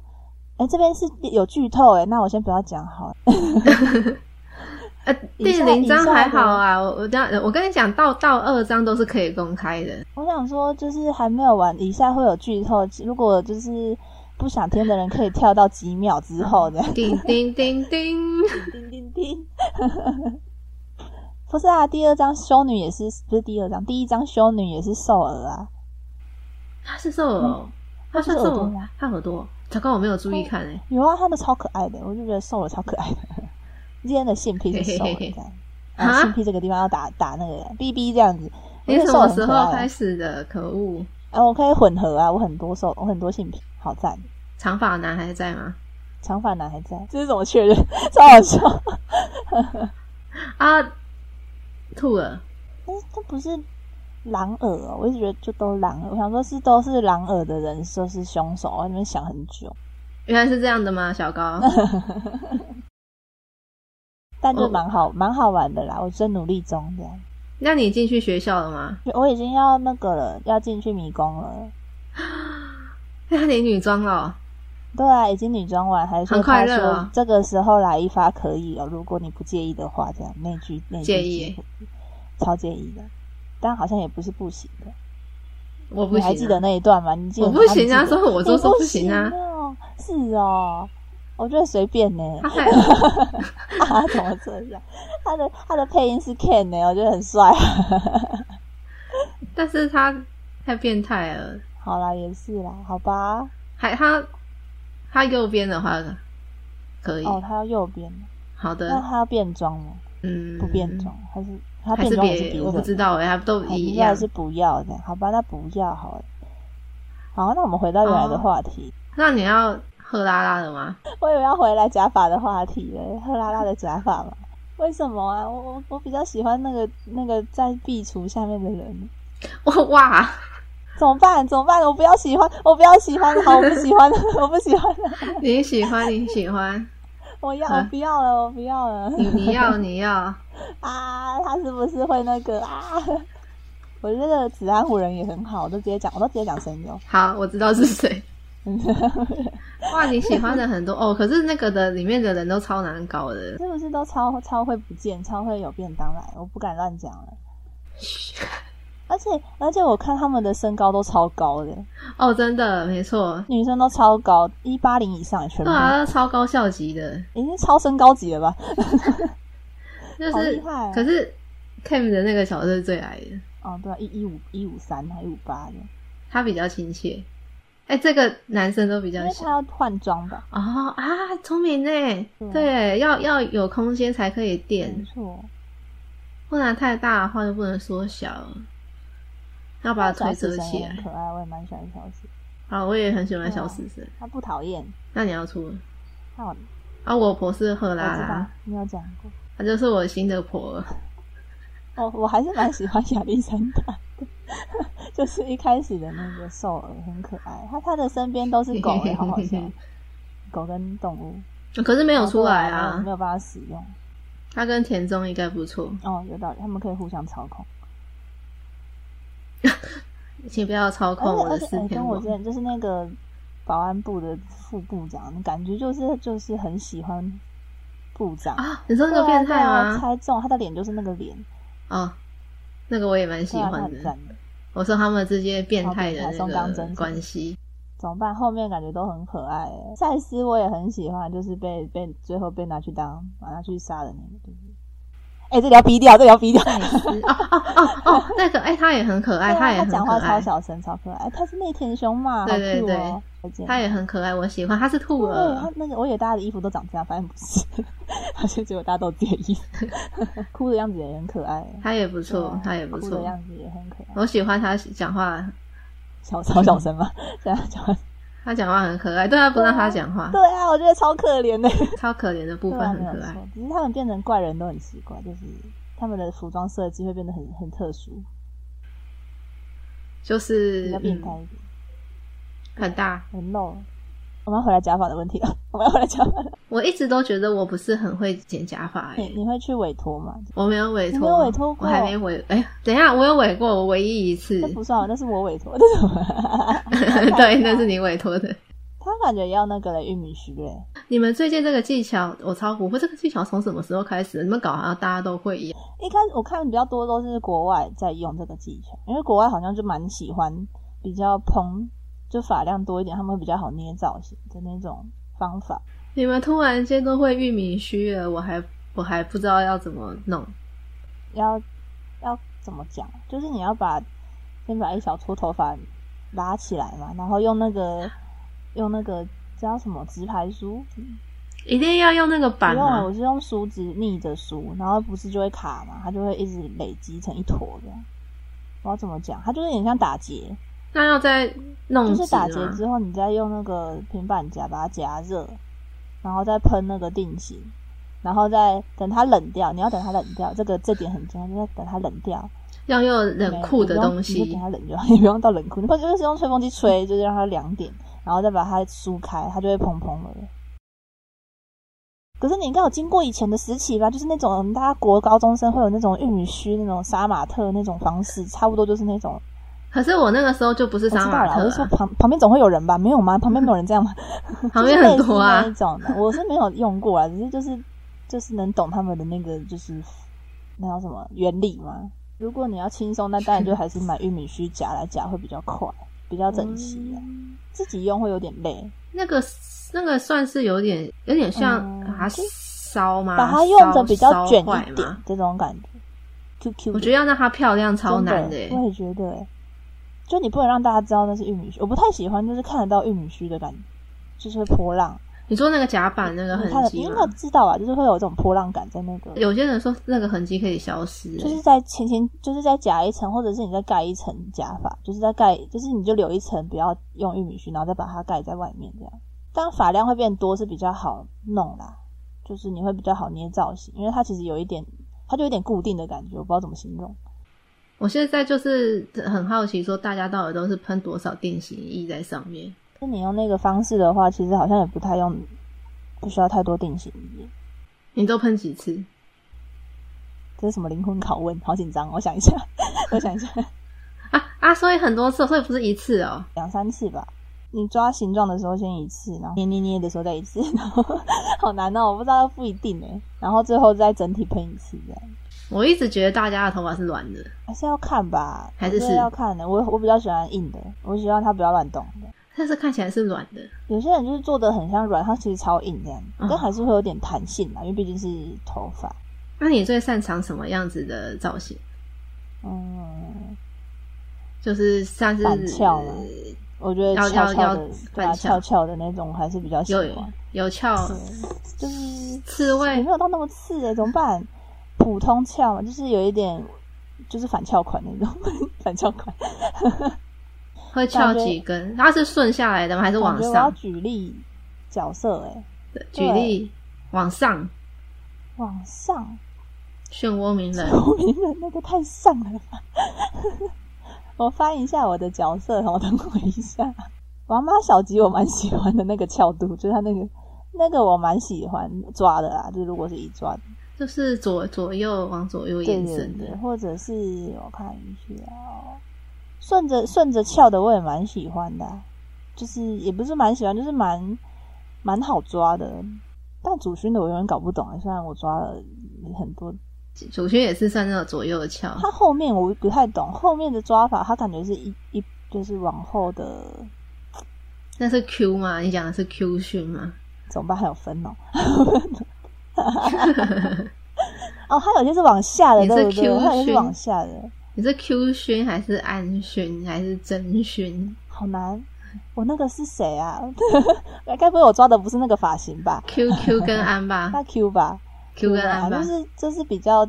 Speaker 1: 哎、这边是有剧透哎、那我先不要讲好了，
Speaker 2: 呃，
Speaker 1: 以
Speaker 2: 第
Speaker 1: 下
Speaker 2: 零
Speaker 1: 以
Speaker 2: 章
Speaker 1: 下
Speaker 2: 还
Speaker 1: 的
Speaker 2: 好啊，我我这样，我跟你讲，到到二章都是可以公开的。
Speaker 1: 我想说就是还没有完，以下会有剧透，如果就是不想听的人可以跳到几秒之后的。 (laughs)
Speaker 2: 叮叮叮 (laughs) 叮，
Speaker 1: 叮叮叮。不是啊，第二章修女也是，不是第二章，第一章修女也是瘦鹅啊。
Speaker 2: 他是瘦耳哦，他
Speaker 1: 它
Speaker 2: 算
Speaker 1: 嗯是
Speaker 2: 瘦
Speaker 1: 耳朵
Speaker 2: 耳
Speaker 1: 吗，
Speaker 2: 他耳朵，糟糕，我没有注意看哎。
Speaker 1: 有啊，他们超可爱的，我就觉得瘦鹅超可爱的。今天的性癖是瘦
Speaker 2: 嘿
Speaker 1: 的
Speaker 2: 嘿嘿
Speaker 1: 这
Speaker 2: (laughs)
Speaker 1: 样，
Speaker 2: 啊
Speaker 1: 啊，性癖这个地方要打打那个 B B 这样子。我
Speaker 2: 你
Speaker 1: 觉得
Speaker 2: 什
Speaker 1: 瘦鹅很
Speaker 2: 么时
Speaker 1: 可爱
Speaker 2: 候
Speaker 1: 啊
Speaker 2: 开始的？可恶，
Speaker 1: 哎、我可以混合啊，我很多瘦，我很多性癖，好赞。
Speaker 2: 长发男还在吗？
Speaker 1: 长发男还在，这是怎么确认？ (laughs) 超好笑。
Speaker 2: 啊，吐了。
Speaker 1: 但是这不是狼耳哦，我一直觉得就都狼耳。我想说是都是狼耳的人就是凶手，哦我在那边想很久。
Speaker 2: 原来是这样的吗，
Speaker 1: (laughs)
Speaker 2: 小高？
Speaker 1: 但就
Speaker 2: 嗯
Speaker 1: 蛮好，蛮、好玩的啦。我正努力中，这样。
Speaker 2: 那你进去学校了吗？
Speaker 1: 我已经要那个了，要进去迷宫了。
Speaker 2: 那你哎女装了哦、
Speaker 1: 对啊，已经女装完，还是
Speaker 2: 很快
Speaker 1: 他
Speaker 2: 乐
Speaker 1: 说
Speaker 2: 啊
Speaker 1: 这个时候来一发可以哦，如果你不介意的话，这样那句那句
Speaker 2: 介意
Speaker 1: 是超介意的，但好像也不是不行的。
Speaker 2: 我不
Speaker 1: 你
Speaker 2: 行、啊。
Speaker 1: 还记得那一段吗？你记得
Speaker 2: 我
Speaker 1: 吗
Speaker 2: 不行啊！
Speaker 1: 你记得
Speaker 2: 所以我就说
Speaker 1: 你
Speaker 2: 不
Speaker 1: 不
Speaker 2: 行啊。
Speaker 1: 哦，是哦，我觉得随便呢、
Speaker 2: 他还
Speaker 1: (laughs) 啊，怎么这样？他的他的配音是 Ken 呢、我觉得很帅。 (laughs)
Speaker 2: 但是他太变态了，
Speaker 1: 好啦，也是啦，好吧。
Speaker 2: 还他他右边的话可以，
Speaker 1: 哦，他要右边。
Speaker 2: 好
Speaker 1: 那
Speaker 2: 的，
Speaker 1: 他要变装吗？
Speaker 2: 嗯，
Speaker 1: 不变装，还是他
Speaker 2: 还
Speaker 1: 变
Speaker 2: 是
Speaker 1: 装也是
Speaker 2: 别
Speaker 1: 鼻
Speaker 2: 我不
Speaker 1: 子？
Speaker 2: 知道哎、欸，他都
Speaker 1: 还
Speaker 2: 一
Speaker 1: 要还。
Speaker 2: 样
Speaker 1: 是不要的？好吧，那不要好了。好，那我们回到原来的
Speaker 2: 哦
Speaker 1: 话题。
Speaker 2: 那你要赫拉拉的吗？ (laughs)
Speaker 1: 我以为要回来假发的话题了，赫拉拉的假发嘛？为什么啊？我我我比较喜欢那个那个在壁橱下面的人。
Speaker 2: 哇哇，
Speaker 1: 怎么办？怎么办？我不要喜欢，我不要喜欢，好，我不喜欢，我不喜欢，
Speaker 2: 你喜欢你喜欢，
Speaker 1: 我要，
Speaker 2: 啊
Speaker 1: 我不要了，我不要了 (laughs)
Speaker 2: 你你要你要，
Speaker 1: 啊！他是不是会那个啊？ (laughs) 我觉得子安湖人也很好，我都直接讲，我都直接讲声优。
Speaker 2: 好，我知道是谁。哇，你喜欢的很多哦，可是那个的里面的人都超难搞
Speaker 1: (laughs)
Speaker 2: 的。
Speaker 1: 是不是都超超会不见，超会有便当来？我不敢乱讲了。而且而且，我看他们的身高都超高的，
Speaker 2: 哦，真的没错，
Speaker 1: 女生都超高，一八零以上全部
Speaker 2: 对，啊，超高校级的。
Speaker 1: 已经超身高级了吧？
Speaker 2: 就
Speaker 1: 好
Speaker 2: 是，
Speaker 1: 厉害哦
Speaker 2: 可是 Cam 的那个角色是最矮的，
Speaker 1: 哦，对啊，一一五一五三还一五八的，
Speaker 2: 他比较亲切。哎、这个男生都比较
Speaker 1: 因为
Speaker 2: 小
Speaker 1: 他要换装吧？
Speaker 2: 哦啊，聪明呢，
Speaker 1: 对
Speaker 2: 对，要要有空间才可以
Speaker 1: 没
Speaker 2: 垫，
Speaker 1: 错，
Speaker 2: 不然太大的话就不能缩小了，要把
Speaker 1: 小
Speaker 2: 腿
Speaker 1: 死
Speaker 2: 折
Speaker 1: 神
Speaker 2: 起
Speaker 1: 也很
Speaker 2: 来。
Speaker 1: 可爱，我也蛮喜欢小死。
Speaker 2: 啊，我也很喜欢
Speaker 1: 对啊
Speaker 2: 小死神，
Speaker 1: 他不讨厌，
Speaker 2: 那你要出了
Speaker 1: 他好，我
Speaker 2: 啊？我婆是赫拉
Speaker 1: 知道
Speaker 2: 拉，
Speaker 1: 你有讲过。
Speaker 2: 她就是我新的婆了。，
Speaker 1: 哦，我还是蛮喜欢亚历山大的， (laughs) 就是一开始的那个瘦儿很可爱，他他的身边都是狗、欸，好好笑狗跟动物。
Speaker 2: 可是没有出来
Speaker 1: 哦对
Speaker 2: 啊
Speaker 1: 没。有办法使用。
Speaker 2: 他跟田中应该不错，
Speaker 1: 哦，有道理，他们可以互相操控。
Speaker 2: 请不要操控我
Speaker 1: 而
Speaker 2: 的
Speaker 1: 且而
Speaker 2: 四
Speaker 1: 且，哎
Speaker 2: 篇
Speaker 1: 跟我
Speaker 2: 网
Speaker 1: 之。前就是那个保安部的副部长，感觉就是就是很喜欢部长。
Speaker 2: 啊，你说那
Speaker 1: 对啊
Speaker 2: 个变态
Speaker 1: 对啊
Speaker 2: 吗？
Speaker 1: 猜中他的脸就是那个脸，
Speaker 2: 哦，那个我也蛮喜
Speaker 1: 对啊，他
Speaker 2: 欢
Speaker 1: 很
Speaker 2: 的。
Speaker 1: 赞的。
Speaker 2: 我说他们之间变态的
Speaker 1: 好变态松
Speaker 2: 那
Speaker 1: 冈
Speaker 2: 个
Speaker 1: 真
Speaker 2: 关系，
Speaker 1: 怎么办？后面感觉都很可爱耶。赛斯我也很喜欢，就是被被最后被拿去当拿去杀的那个，对不对？哎、这里要逼掉，这里要逼掉。
Speaker 2: 赛斯哦哦哦哦，那个哎，他也很可爱，
Speaker 1: 啊对啊
Speaker 2: 也
Speaker 1: 他
Speaker 2: 很
Speaker 1: 讲
Speaker 2: 可
Speaker 1: 话超
Speaker 2: 爱，
Speaker 1: 小声，超可爱。 (laughs) 哎他是内田雄嘛？
Speaker 2: 对对
Speaker 1: 好 cute
Speaker 2: 对
Speaker 1: 哦，再见
Speaker 2: 他也很可爱，我喜欢。他是兔啊
Speaker 1: 对，
Speaker 2: 儿
Speaker 1: 他，那个我以为大家的衣服都长这样，发现不是， (laughs) 发现只有大家都这 (laughs) 衣服，哭的样子也很可爱。
Speaker 2: 他也不
Speaker 1: 对
Speaker 2: 错
Speaker 1: 啊，
Speaker 2: 他也不
Speaker 1: 哭的
Speaker 2: 错。
Speaker 1: 样子也很可爱。
Speaker 2: 我喜欢他讲话，
Speaker 1: 小超小声
Speaker 2: (laughs)
Speaker 1: 嘛，这样讲话。
Speaker 2: 他讲话很可爱，对啊，不让他讲话，
Speaker 1: 对啊，我觉得超可怜的。
Speaker 2: 超可怜的部
Speaker 1: 对
Speaker 2: 分
Speaker 1: 啊，
Speaker 2: 很
Speaker 1: 没有
Speaker 2: 可爱。
Speaker 1: 错。只是他们变成怪人都很奇怪，就是他们的服装设计会变得很很特殊，
Speaker 2: 就是
Speaker 1: 比较变态
Speaker 2: 嗯
Speaker 1: 一点，
Speaker 2: 很大。
Speaker 1: 很露。我们要回来假发的问题了， (laughs) 我们要回来假发的。
Speaker 2: 我一直都觉得我不是很会剪假发、
Speaker 1: 你
Speaker 2: 欸，
Speaker 1: 你会去委托吗？
Speaker 2: 我没有委
Speaker 1: 你
Speaker 2: 托，
Speaker 1: 没有委托
Speaker 2: 我
Speaker 1: 过
Speaker 2: 还没委。哎、等一下，我有委过，我唯一一次
Speaker 1: 那。
Speaker 2: (laughs)
Speaker 1: 不算，啊那是我委托， (laughs) 那是我
Speaker 2: 嗯对，那
Speaker 1: 啊
Speaker 2: 是你委托的。
Speaker 1: 他感觉要那个嘞玉米须嘞。
Speaker 2: 你们最近这个技巧，我超不会。这个技巧从什么时候开始的？你们搞好像大家都会一样。
Speaker 1: 一开始我看比较多都是国外在用这个技巧，因为国外好像就蛮喜欢比较蓬，就发量多一点，他们会比较好捏造型的那种方法。
Speaker 2: 你们突然间都会玉米须了，我还我还不知道要怎么弄。
Speaker 1: 要要怎么讲？就是你要把先把一小撮头发拉起来嘛，然后用那个用那个叫什么直排梳，
Speaker 2: 一定要用那个
Speaker 1: 不
Speaker 2: 板
Speaker 1: 用啊，
Speaker 2: 吗？
Speaker 1: 我是用梳子逆着梳，然后不是就会卡嘛，它就会一直累积成一坨这样。我要怎么讲？它就是有点像打结，
Speaker 2: 那要再弄
Speaker 1: 就是
Speaker 2: 直
Speaker 1: 打结
Speaker 2: 吗？
Speaker 1: 之后，你再用那个平板夹把它夹热，然后再喷那个定型，然后再等它冷掉。你要等它冷掉，这个这点很重要，就是等它冷掉。
Speaker 2: 要用冷酷的
Speaker 1: 你不用
Speaker 2: 东
Speaker 1: 你就
Speaker 2: 西
Speaker 1: 等。它冷就好， (laughs) 你不用到冷库，你或者就是用吹风机吹，就是让它凉点，然后再把它梳开，它就会蓬蓬了。可是你应该有经过以前的时期吧，就是那种大家国高中生会有那种玉米须、那种杀马特那种方式，差不多就是那种。
Speaker 2: 可是我那个时候就不是
Speaker 1: 我知
Speaker 2: 杀
Speaker 1: 道
Speaker 2: 马
Speaker 1: 啦，我
Speaker 2: 特
Speaker 1: 是说
Speaker 2: 啊、
Speaker 1: 旁旁边总会有人吧？没有吗？旁边没有人这样吗？
Speaker 2: 旁边很多啊
Speaker 1: 就是类似那一种的，我是没有用过啊，只是就是就是能懂他们的那个就是那叫什么原理吗？如果你要轻松，那当然就还是买玉米须夹来夹会比较快，比较整齐、啊。
Speaker 2: 嗯
Speaker 1: 自己用会有点累，
Speaker 2: 那个那个算是有点有点像
Speaker 1: 嗯
Speaker 2: 把它
Speaker 1: 就
Speaker 2: 烧吗？
Speaker 1: 把它用的比较
Speaker 2: 烧
Speaker 1: 卷
Speaker 2: 烧坏
Speaker 1: 一点
Speaker 2: 吗，
Speaker 1: 这种感觉。Q Q，
Speaker 2: 我觉得要让它漂亮超难
Speaker 1: 的
Speaker 2: 的欸
Speaker 1: 耶
Speaker 2: 耶，
Speaker 1: 我也觉得耶，就你不能让大家知道那是玉米须，我不太喜欢，就是看得到玉米须的感觉，就是会波浪。
Speaker 2: 你说那个甲板那个
Speaker 1: 你看
Speaker 2: 痕
Speaker 1: 得你
Speaker 2: 迹
Speaker 1: 应
Speaker 2: 吗
Speaker 1: 该？知道啊，就是会有这种波浪感在那个，
Speaker 2: 有些人说那个痕迹可以消失耶，欸
Speaker 1: 就是在轻轻，就是再夹一层，或者是你再盖一层夹发，就是再盖，就是你就留一层，不要用玉米须，然后再把它盖在外面这样。当然发量会变多是比较好弄啦，就是你会比较好捏造型，因为它其实有一点，它就有点固定的感觉，我不知道怎么形容。
Speaker 2: 我现在就是很好奇，说大家到底都是喷多少定型液在上面？
Speaker 1: 那你用那个方式的话，其实好像也不太用，不需要太多定型液。
Speaker 2: 你都喷几次？
Speaker 1: 这是什么灵魂拷问？好紧张哦，我想一下， (laughs) 我想一下。
Speaker 2: 啊 (laughs) 啊！所以很多次，所以不是一次哦。
Speaker 1: 两三次吧。你抓形状的时候先一次，然后捏捏捏的时候再一次， (laughs) 然后好难哦，我不知道不一定哎。然后最后再整体喷一次这样，
Speaker 2: 我一直觉得大家的头发是软的，
Speaker 1: 还是要看吧，
Speaker 2: 还是
Speaker 1: 我觉得
Speaker 2: 是
Speaker 1: 要看的。我我比较喜欢硬的，我喜欢它不要乱动的。
Speaker 2: 但是看起来是软的。
Speaker 1: 有些人就是做的很像软，它其实超硬这样，
Speaker 2: 嗯
Speaker 1: 但还是会有点弹性啦，因为毕竟是头发。
Speaker 2: 那你最擅长什么样子的造型？
Speaker 1: 嗯，
Speaker 2: 就是像是
Speaker 1: 板翘吗我觉得
Speaker 2: 要
Speaker 1: 翘
Speaker 2: 要
Speaker 1: 翘
Speaker 2: 要
Speaker 1: 的，对啊，
Speaker 2: 翻翘
Speaker 1: 翘翘的那种我还是比较喜
Speaker 2: 有
Speaker 1: 欢。
Speaker 2: 有翘
Speaker 1: 对，就是
Speaker 2: 刺
Speaker 1: 也
Speaker 2: 猬
Speaker 1: 没有到那么刺哎、怎么办？普通翘嘛，就是有一点，就是反翘款那种，反翘款。
Speaker 2: 会翘几根？它是顺下来的吗？还是往
Speaker 1: 感觉我要
Speaker 2: 上？
Speaker 1: 举例角色哎、
Speaker 2: 举例，往上，
Speaker 1: 往上，
Speaker 2: 漩涡鸣人。
Speaker 1: 透明人那个太上了吧？ (laughs) 我翻一下我的角色哦，等我一下。王妈小吉我蛮喜欢的那个翘度，就是他那个那个我蛮喜欢抓的啦，就如果是一抓的，
Speaker 2: 就是左左右往左右
Speaker 1: 对
Speaker 2: 延
Speaker 1: 对
Speaker 2: 伸的
Speaker 1: 对，或者是我看一下哦，顺着顺着翘的我也蛮喜欢的啊、就是也不是蛮喜欢，就是蛮蛮好抓的。但主勋的我永远搞不懂啊，虽然我抓了很多，
Speaker 2: 主勋也是算那种左右翘，
Speaker 1: 他后面我不太懂，后面的抓法他感觉是一一就是往后的，
Speaker 2: 那是 Q 吗？你讲的是 Q 训吗？
Speaker 1: 怎么办？还有分
Speaker 2: (laughs)
Speaker 1: 哦。哦，他有些是往下的，
Speaker 2: 你是
Speaker 1: 对不对？
Speaker 2: Q
Speaker 1: 他有些是
Speaker 2: 勋
Speaker 1: 往下的，
Speaker 2: 你是 Q 勋还是安勋还是真勋
Speaker 1: 好难。我那个是谁啊？ (laughs) 该不会我抓的不是那个发型吧？
Speaker 2: ？Q Q 跟
Speaker 1: (laughs)
Speaker 2: 安吧
Speaker 1: 那 Q 吧
Speaker 2: ，Q 跟
Speaker 1: 吧，
Speaker 2: 安吧
Speaker 1: 就，是就是比较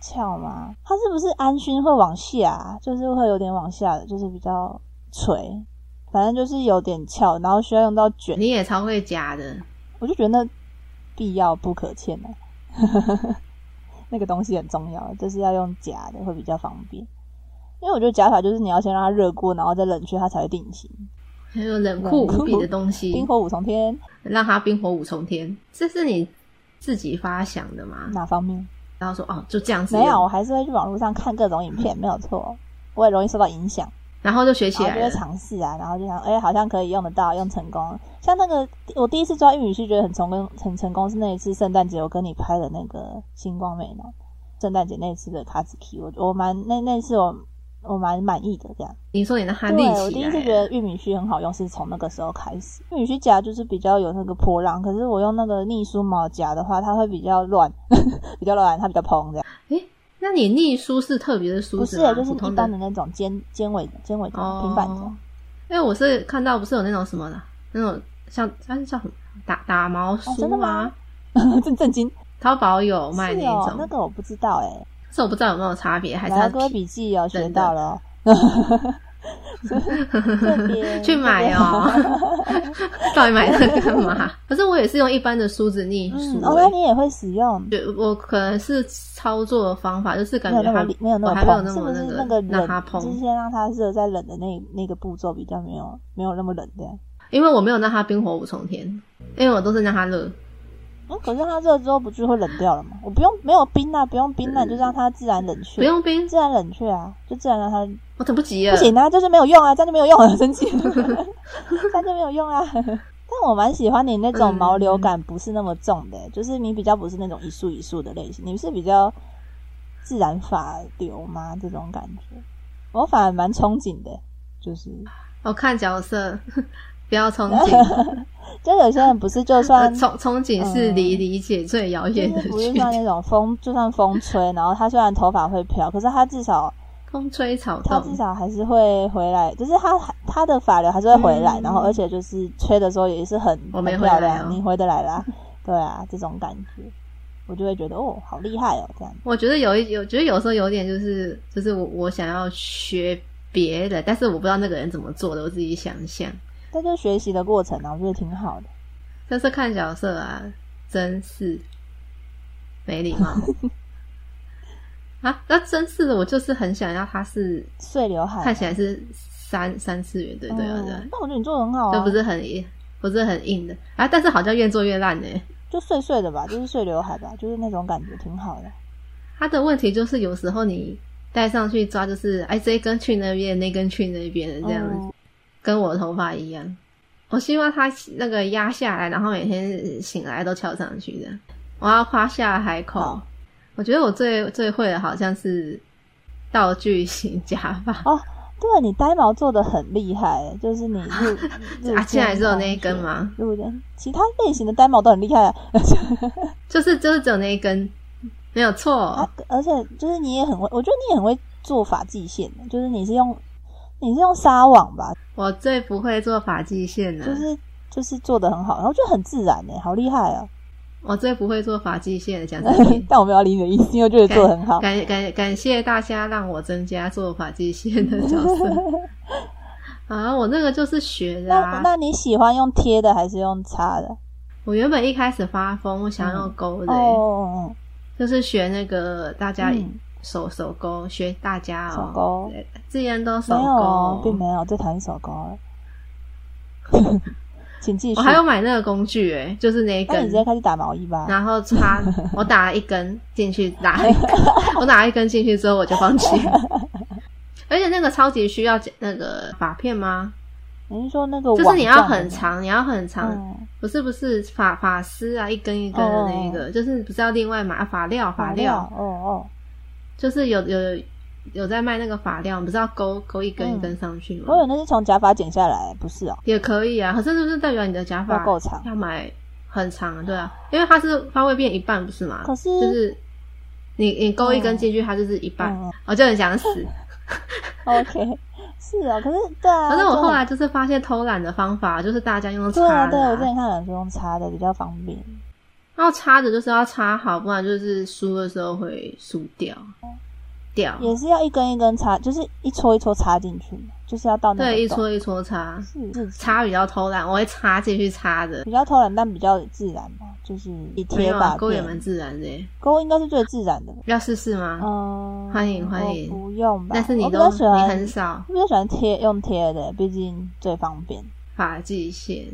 Speaker 1: 翘嘛。他是不是安勋会往下啊，就是会有点往下的，就是比较垂，反正就是有点翘，然后需要用到卷。
Speaker 2: 你也超会夹的，
Speaker 1: 我就觉得那必要不可欠啊， (laughs) 那个东西很重要，就是要用夹的会比较方便。因为我觉得夹法就是你要先让它热过，然后再冷却，它才会定型。
Speaker 2: 很有冷酷无比的东西
Speaker 1: 冰，火五重天
Speaker 2: 让他冰火五重天，这是你自己发想的吗？
Speaker 1: 哪方面？
Speaker 2: 然后说哦，就这样子
Speaker 1: 没有，
Speaker 2: 用，
Speaker 1: 我还是会去网络上看各种影片，没有错。我也容易受到影响，
Speaker 2: 然后就学起
Speaker 1: 然后
Speaker 2: 来
Speaker 1: 就会
Speaker 2: 了。
Speaker 1: 尝试啊，然后就想，哎、好像可以用得到，用成功。像那个我第一次抓玉米须，觉得很成功，很成功是那一次圣诞节我跟你拍的那个星光美男，圣诞节那一次的卡子 K，我我蛮那那次我我蛮满意的这样。
Speaker 2: 你说你让他立啊
Speaker 1: 对，
Speaker 2: 起来了，
Speaker 1: 我第一次觉得玉米须很好用，是从那个时候开始。玉米须夹就是比较有那个波浪，可是我用那个逆梳毛夹的话，它会比较乱， (laughs) 比较乱，它比较蓬这样。
Speaker 2: 那你逆梳是特别的梳
Speaker 1: 不
Speaker 2: 子
Speaker 1: 是啊
Speaker 2: 吗？，
Speaker 1: 就是
Speaker 2: 普
Speaker 1: 一
Speaker 2: 通
Speaker 1: 般的那种尖尖尾尖尾的
Speaker 2: 哦，
Speaker 1: 平板的。
Speaker 2: 因为我是看到不是有那种什么的，那种像它是叫什么打打毛
Speaker 1: 哦真的
Speaker 2: 梳
Speaker 1: 吗
Speaker 2: 啊，
Speaker 1: (laughs) 震震惊，
Speaker 2: 淘宝有卖那
Speaker 1: 是
Speaker 2: 一
Speaker 1: 哦，那
Speaker 2: 种，
Speaker 1: 个我不知道哎、
Speaker 2: 但是我不知道有没有差别，还
Speaker 1: 欸，
Speaker 2: 是
Speaker 1: 来
Speaker 2: 它
Speaker 1: 各位笔记哦，学
Speaker 2: 真的
Speaker 1: 到了哦。
Speaker 2: (laughs)
Speaker 1: 这边
Speaker 2: 去买哦，
Speaker 1: (laughs) 这边
Speaker 2: 到底买那个干嘛？可是我也是用一般的梳子逆梳
Speaker 1: 嗯，哦，那
Speaker 2: 欸、
Speaker 1: 你也会使用，
Speaker 2: 对，我可能是操作的方法，就是感
Speaker 1: 没有
Speaker 2: 觉
Speaker 1: 那
Speaker 2: 它
Speaker 1: 么力没有
Speaker 2: 我
Speaker 1: 那么
Speaker 2: 还没有
Speaker 1: 蓬，
Speaker 2: 那
Speaker 1: 是
Speaker 2: 么
Speaker 1: 不是
Speaker 2: 个
Speaker 1: 那个冷，
Speaker 2: 让它
Speaker 1: 就是
Speaker 2: 蓬，
Speaker 1: 先让它热在冷的那那个步骤比较没有没有那么冷这样。
Speaker 2: 因为我没有让它冰火五重天，因为我都是让它热。
Speaker 1: 嗯，可是它热之后不就会冷掉了吗？我不用没有冰啊，不用冰啊，就让它自然冷却，
Speaker 2: 嗯不用冰，
Speaker 1: 自然冷却啊，就自然让它
Speaker 2: 我等不及了。
Speaker 1: 不行啊，就是没有用啊，这样就没有用了，生气，
Speaker 2: (laughs)
Speaker 1: 这样就没有用啊。 (laughs) 但我蛮喜欢你那
Speaker 2: 嗯
Speaker 1: 种毛流感不是那么重的、就是你比较不是那种一束一束的类型，你是比较自然发流吗？这种感觉，我反而蛮憧憬的、就是
Speaker 2: 我看角色， (laughs) 不要憧憬，
Speaker 1: 就有些人 (laughs) 不是就
Speaker 2: 呃 (laughs)
Speaker 1: 算
Speaker 2: 憧憧憬是离理解最遥
Speaker 1: 就
Speaker 2: 远的
Speaker 1: 是不
Speaker 2: 距
Speaker 1: 是
Speaker 2: 离
Speaker 1: 算。那种风，就算风吹，然后他虽然头发会飘，可是他至少
Speaker 2: 风吹草
Speaker 1: 他至
Speaker 2: 动，
Speaker 1: 少还是会回来，就是他他的发流还是会回来，
Speaker 2: 嗯
Speaker 1: 然后而且就是吹的时候也是很
Speaker 2: 我
Speaker 1: 很
Speaker 2: 没回来
Speaker 1: 漂
Speaker 2: 哦
Speaker 1: 亮，你回得来啦，对啊，这种感觉，我就会觉得哦，好厉害哦，这样
Speaker 2: 我觉得有一有，觉得有时候有点就是就是我我想要学别的，但是我不知道那个人怎么做的，我自己想象。
Speaker 1: 这就是学习的过程啊，我觉得挺好的。
Speaker 2: 但是看角色啊，真是没礼貌啊！那真是的，我就是很想要他是
Speaker 1: 碎刘海啊
Speaker 2: 看起来是三三次元，对对啊
Speaker 1: 嗯
Speaker 2: 对啊，
Speaker 1: 但我觉得你做的很好
Speaker 2: 就
Speaker 1: 啊，
Speaker 2: 不是很硬，不是很硬的啊，但是好像越做越烂呢、
Speaker 1: 就碎碎的吧，就是碎刘海吧，就是那种感觉挺好的。
Speaker 2: 他的问题就是有时候你戴上去抓，就是哎这一根去那边，那根去那边的这样子，
Speaker 1: 嗯
Speaker 2: 跟我的头发一样。我希望它那个压下来，然后每天醒来都翘上去的。我要夸下海口
Speaker 1: 好，
Speaker 2: 我觉得我最最会的好像是道具型假发，
Speaker 1: 对啊你呆毛做的很厉害，就是你
Speaker 2: (laughs)
Speaker 1: 入入
Speaker 2: 啊，竟然
Speaker 1: 间
Speaker 2: 只有
Speaker 1: 同
Speaker 2: 那一根
Speaker 1: 学？
Speaker 2: 吗？
Speaker 1: 入间，其他类型的呆毛都很厉害啊。
Speaker 2: 就是就是只有那一根，没有错。
Speaker 1: 啊，而且就是你也很会，我觉得你也很会做发际线的，就是你是用你是用纱网吧，
Speaker 2: 我最不会做发际线了，
Speaker 1: 就是就是做的很好，然后就很自然呢，好厉害啊！。
Speaker 2: 我最不会做发际线了，讲真的
Speaker 1: (laughs) 但我没有理你的意思，因为我觉得做的很好。
Speaker 2: 嗯感感感谢大家让我增加做发际线的角
Speaker 1: (laughs)
Speaker 2: 色啊！我那个就是学的
Speaker 1: 那
Speaker 2: 啊。
Speaker 1: 那你喜欢用贴的还是用擦的？
Speaker 2: 我原本一开始发疯，我想要勾的、
Speaker 1: 哦，
Speaker 2: 就是学那个大家
Speaker 1: 嗯
Speaker 2: 手、手勾，学大家哦，
Speaker 1: 手勾
Speaker 2: 对，之前都手
Speaker 1: 没有哦，并
Speaker 2: 勾，
Speaker 1: 没有，最讨厌手工了。 (laughs) 请继续。
Speaker 2: 我还有买那个工具、欸，哎，就是那一
Speaker 1: 那你
Speaker 2: 根
Speaker 1: 直，接开始打毛衣吧。
Speaker 2: 然后
Speaker 1: (laughs)
Speaker 2: 插，我打了一根进去，打了一根，我打了一根进去之后我
Speaker 1: (laughs)
Speaker 2: 就放弃了。而且那个超级需要那个发片吗？
Speaker 1: 你是说那个
Speaker 2: 就是你要
Speaker 1: 网站的
Speaker 2: 很
Speaker 1: 吗
Speaker 2: 长，你要很长，
Speaker 1: 嗯
Speaker 2: 不是不是法法丝啊，一根一根的那一个，就是不是要另外买啊法料法
Speaker 1: 哦发
Speaker 2: 料，
Speaker 1: 哦哦，
Speaker 2: 就是有有有在卖那个法料，你不是要勾勾一根一根上去吗
Speaker 1: 我？有那是从假发剪下来，不是哦，
Speaker 2: 也可以啊，可是就是代表你的假
Speaker 1: 要
Speaker 2: 发
Speaker 1: 够长。
Speaker 2: 要买很长，对啊，因为它是它会变一半，不是吗？
Speaker 1: 可是
Speaker 2: 就是你你勾一根
Speaker 1: 嗯
Speaker 2: 进去，它就是一半，
Speaker 1: 嗯
Speaker 2: 我就很想死。
Speaker 1: (laughs) OK，是哦，可是对啊，
Speaker 2: (laughs) 可是我
Speaker 1: 就
Speaker 2: 后
Speaker 1: 很
Speaker 2: 来就是发现偷懒的方法，就是大家用
Speaker 1: 对
Speaker 2: 擦嗯
Speaker 1: 啊，
Speaker 2: 的
Speaker 1: 对
Speaker 2: 啊、
Speaker 1: 我之前看了就用擦的比较方便。
Speaker 2: 然后插着就是要插好，不然就是梳的时候会梳掉掉。
Speaker 1: 也是要一根一根插，就是一撮一撮插进去，就是要到那个
Speaker 2: 对，一
Speaker 1: 洞
Speaker 2: 撮一撮插，
Speaker 1: 是是
Speaker 2: 插比较偷懒，我会插进去插的，
Speaker 1: 比较偷懒，但比较自然嘛，就是以
Speaker 2: 没
Speaker 1: 贴
Speaker 2: 有啊
Speaker 1: 吧，
Speaker 2: 勾也
Speaker 1: 片
Speaker 2: 蛮自然的耶。
Speaker 1: 勾应该是最自然的。
Speaker 2: 要试试吗？
Speaker 1: 嗯，
Speaker 2: 欢迎欢迎
Speaker 1: 我不用吧，
Speaker 2: 但是你
Speaker 1: 我比
Speaker 2: 都
Speaker 1: 较喜
Speaker 2: 你
Speaker 1: 欢，
Speaker 2: 很少
Speaker 1: 我比较喜欢贴用贴的，毕竟最方便。
Speaker 2: 发际线、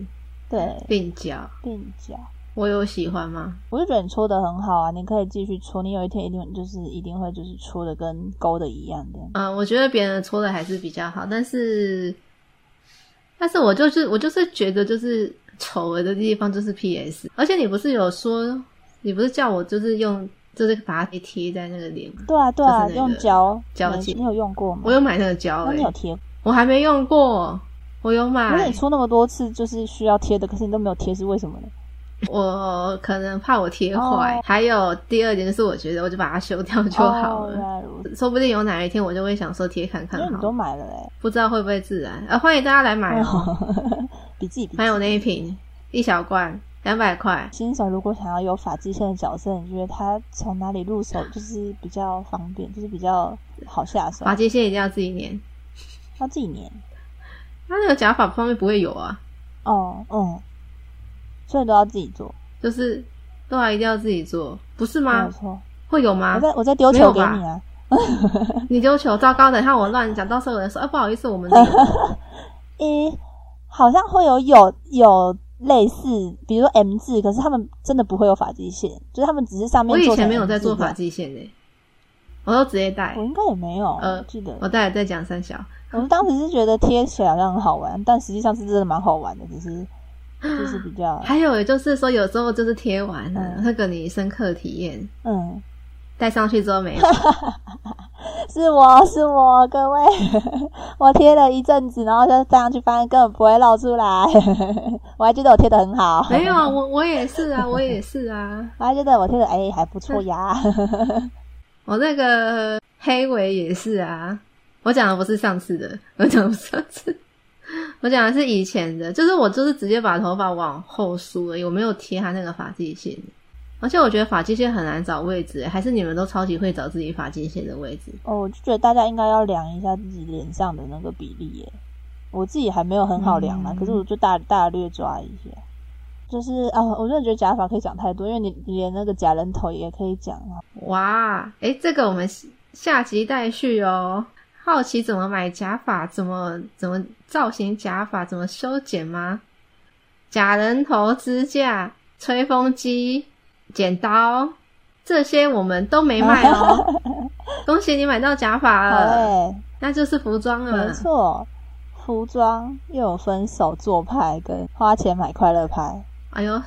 Speaker 1: 对，
Speaker 2: 鬓角，
Speaker 1: 鬓角，
Speaker 2: 我有喜欢吗？
Speaker 1: 我就觉得你搓的很好啊，你可以继续搓，你有一天一定就是一定会就是搓的跟勾的一样的。
Speaker 2: 嗯，我觉得别人搓的还是比较好，但是，但是我就是我就是觉得就是丑的地方就是 PS，而且你不是有说，你不是叫我就是用就是把它贴在那个脸吗？
Speaker 1: 对啊，对啊，
Speaker 2: 就是那个
Speaker 1: 用胶
Speaker 2: 胶
Speaker 1: 你
Speaker 2: 剂
Speaker 1: 你有用过吗？
Speaker 2: 我有哎买那个胶
Speaker 1: 那
Speaker 2: 诶、
Speaker 1: 你有贴？
Speaker 2: 我还没用过，我有
Speaker 1: 可是
Speaker 2: 买
Speaker 1: 你，搓那么多次，就是需要贴的，可是你都没有贴，是为什么呢？
Speaker 2: 我可能怕我贴坏。
Speaker 1: 哦
Speaker 2: 还有第二点就是，我觉得我就把它修掉就好
Speaker 1: 哦
Speaker 2: 了。
Speaker 1: 原来如此，
Speaker 2: 说不定有哪一天我就会想说贴看
Speaker 1: 因
Speaker 2: 看
Speaker 1: 为你
Speaker 2: 好
Speaker 1: 都
Speaker 2: 了，
Speaker 1: 买了哎、
Speaker 2: 不知道会不会自然。啊，欢迎大家
Speaker 1: (laughs)
Speaker 2: 来买哦，
Speaker 1: 欸，笔记笔记
Speaker 2: 买。我那一瓶一小罐两百块，
Speaker 1: 新手如果想要有发际线的角色，你觉得他从哪里入手就是比较方便，就是比较好下手
Speaker 2: 发？际线一定要自己粘。
Speaker 1: 要自己粘
Speaker 2: 它那个假发方面不会有啊，
Speaker 1: 哦，嗯，所以都要自己做，
Speaker 2: 就是都还一定要自己做，不是
Speaker 1: 没
Speaker 2: 吗
Speaker 1: 有？错。
Speaker 2: 会有吗
Speaker 1: 我？再我再丢
Speaker 2: 啊没有
Speaker 1: 球给
Speaker 2: 吧
Speaker 1: 你啊！
Speaker 2: 你丢球，糟糕，等一下我乱讲，到时候有人说，啊，不好意思，
Speaker 1: (laughs)
Speaker 2: 我们没有
Speaker 1: 诶、好像会有有有类似，比如说 M 字，可是他们真的不会有发际线，就是他们只是上面
Speaker 2: 我以
Speaker 1: 做成
Speaker 2: 前没有
Speaker 1: M
Speaker 2: 在
Speaker 1: 字
Speaker 2: 做
Speaker 1: 这样
Speaker 2: 发际线的、我都直接戴
Speaker 1: 我。应该也没有，
Speaker 2: 呃
Speaker 1: 记得
Speaker 2: 我待会再讲三小，
Speaker 1: 我们当时是觉得贴起来好像很好玩，但实际上是真的蛮好玩的，只
Speaker 2: (laughs)
Speaker 1: 是就是比较
Speaker 2: 还有就是说，有时候就是贴完了，
Speaker 1: 嗯
Speaker 2: 那个你深刻体验，
Speaker 1: 嗯，
Speaker 2: 戴上去之后没有，
Speaker 1: 是我是我各位， (laughs) 我贴了一阵子，然后就这样去翻，根本不会露出来， (laughs) 我还觉得我贴的很好，
Speaker 2: 没有，啊，我我也是啊，我也是啊， (laughs)
Speaker 1: 我还觉得我贴的哎还不错呀，
Speaker 2: 我那个黑尾也是啊，我讲的不是上次的，我讲的不是上次， (laughs) 我讲的是以前的，就是我就是直接把头发往后梳而已，我没有贴它那个发际线，而且我觉得发际线很难找位置，还是你们都超级会找自己发际线的位置，
Speaker 1: 哦，我就觉得大家应该要量一下自己脸上的那个比例耶。我自己还没有很好量啦，
Speaker 2: 嗯
Speaker 1: 可是我就大大略抓一下。就是啊，我真的觉得假发可以讲太多，因为你你连那个假人头也可以讲啊。
Speaker 2: 哇，诶，这个我们下集待续哦。好奇怎么买假发，怎么怎么造型假发，怎么修剪吗？假人头支架、吹风机、剪刀，这些我们都没卖哦。
Speaker 1: (laughs)
Speaker 2: 恭喜你买到假发
Speaker 1: 好
Speaker 2: 了，
Speaker 1: 诶、
Speaker 2: 那就是服装了
Speaker 1: 没。错，服装又有分手作派跟花钱买快乐派。
Speaker 2: 哎呦，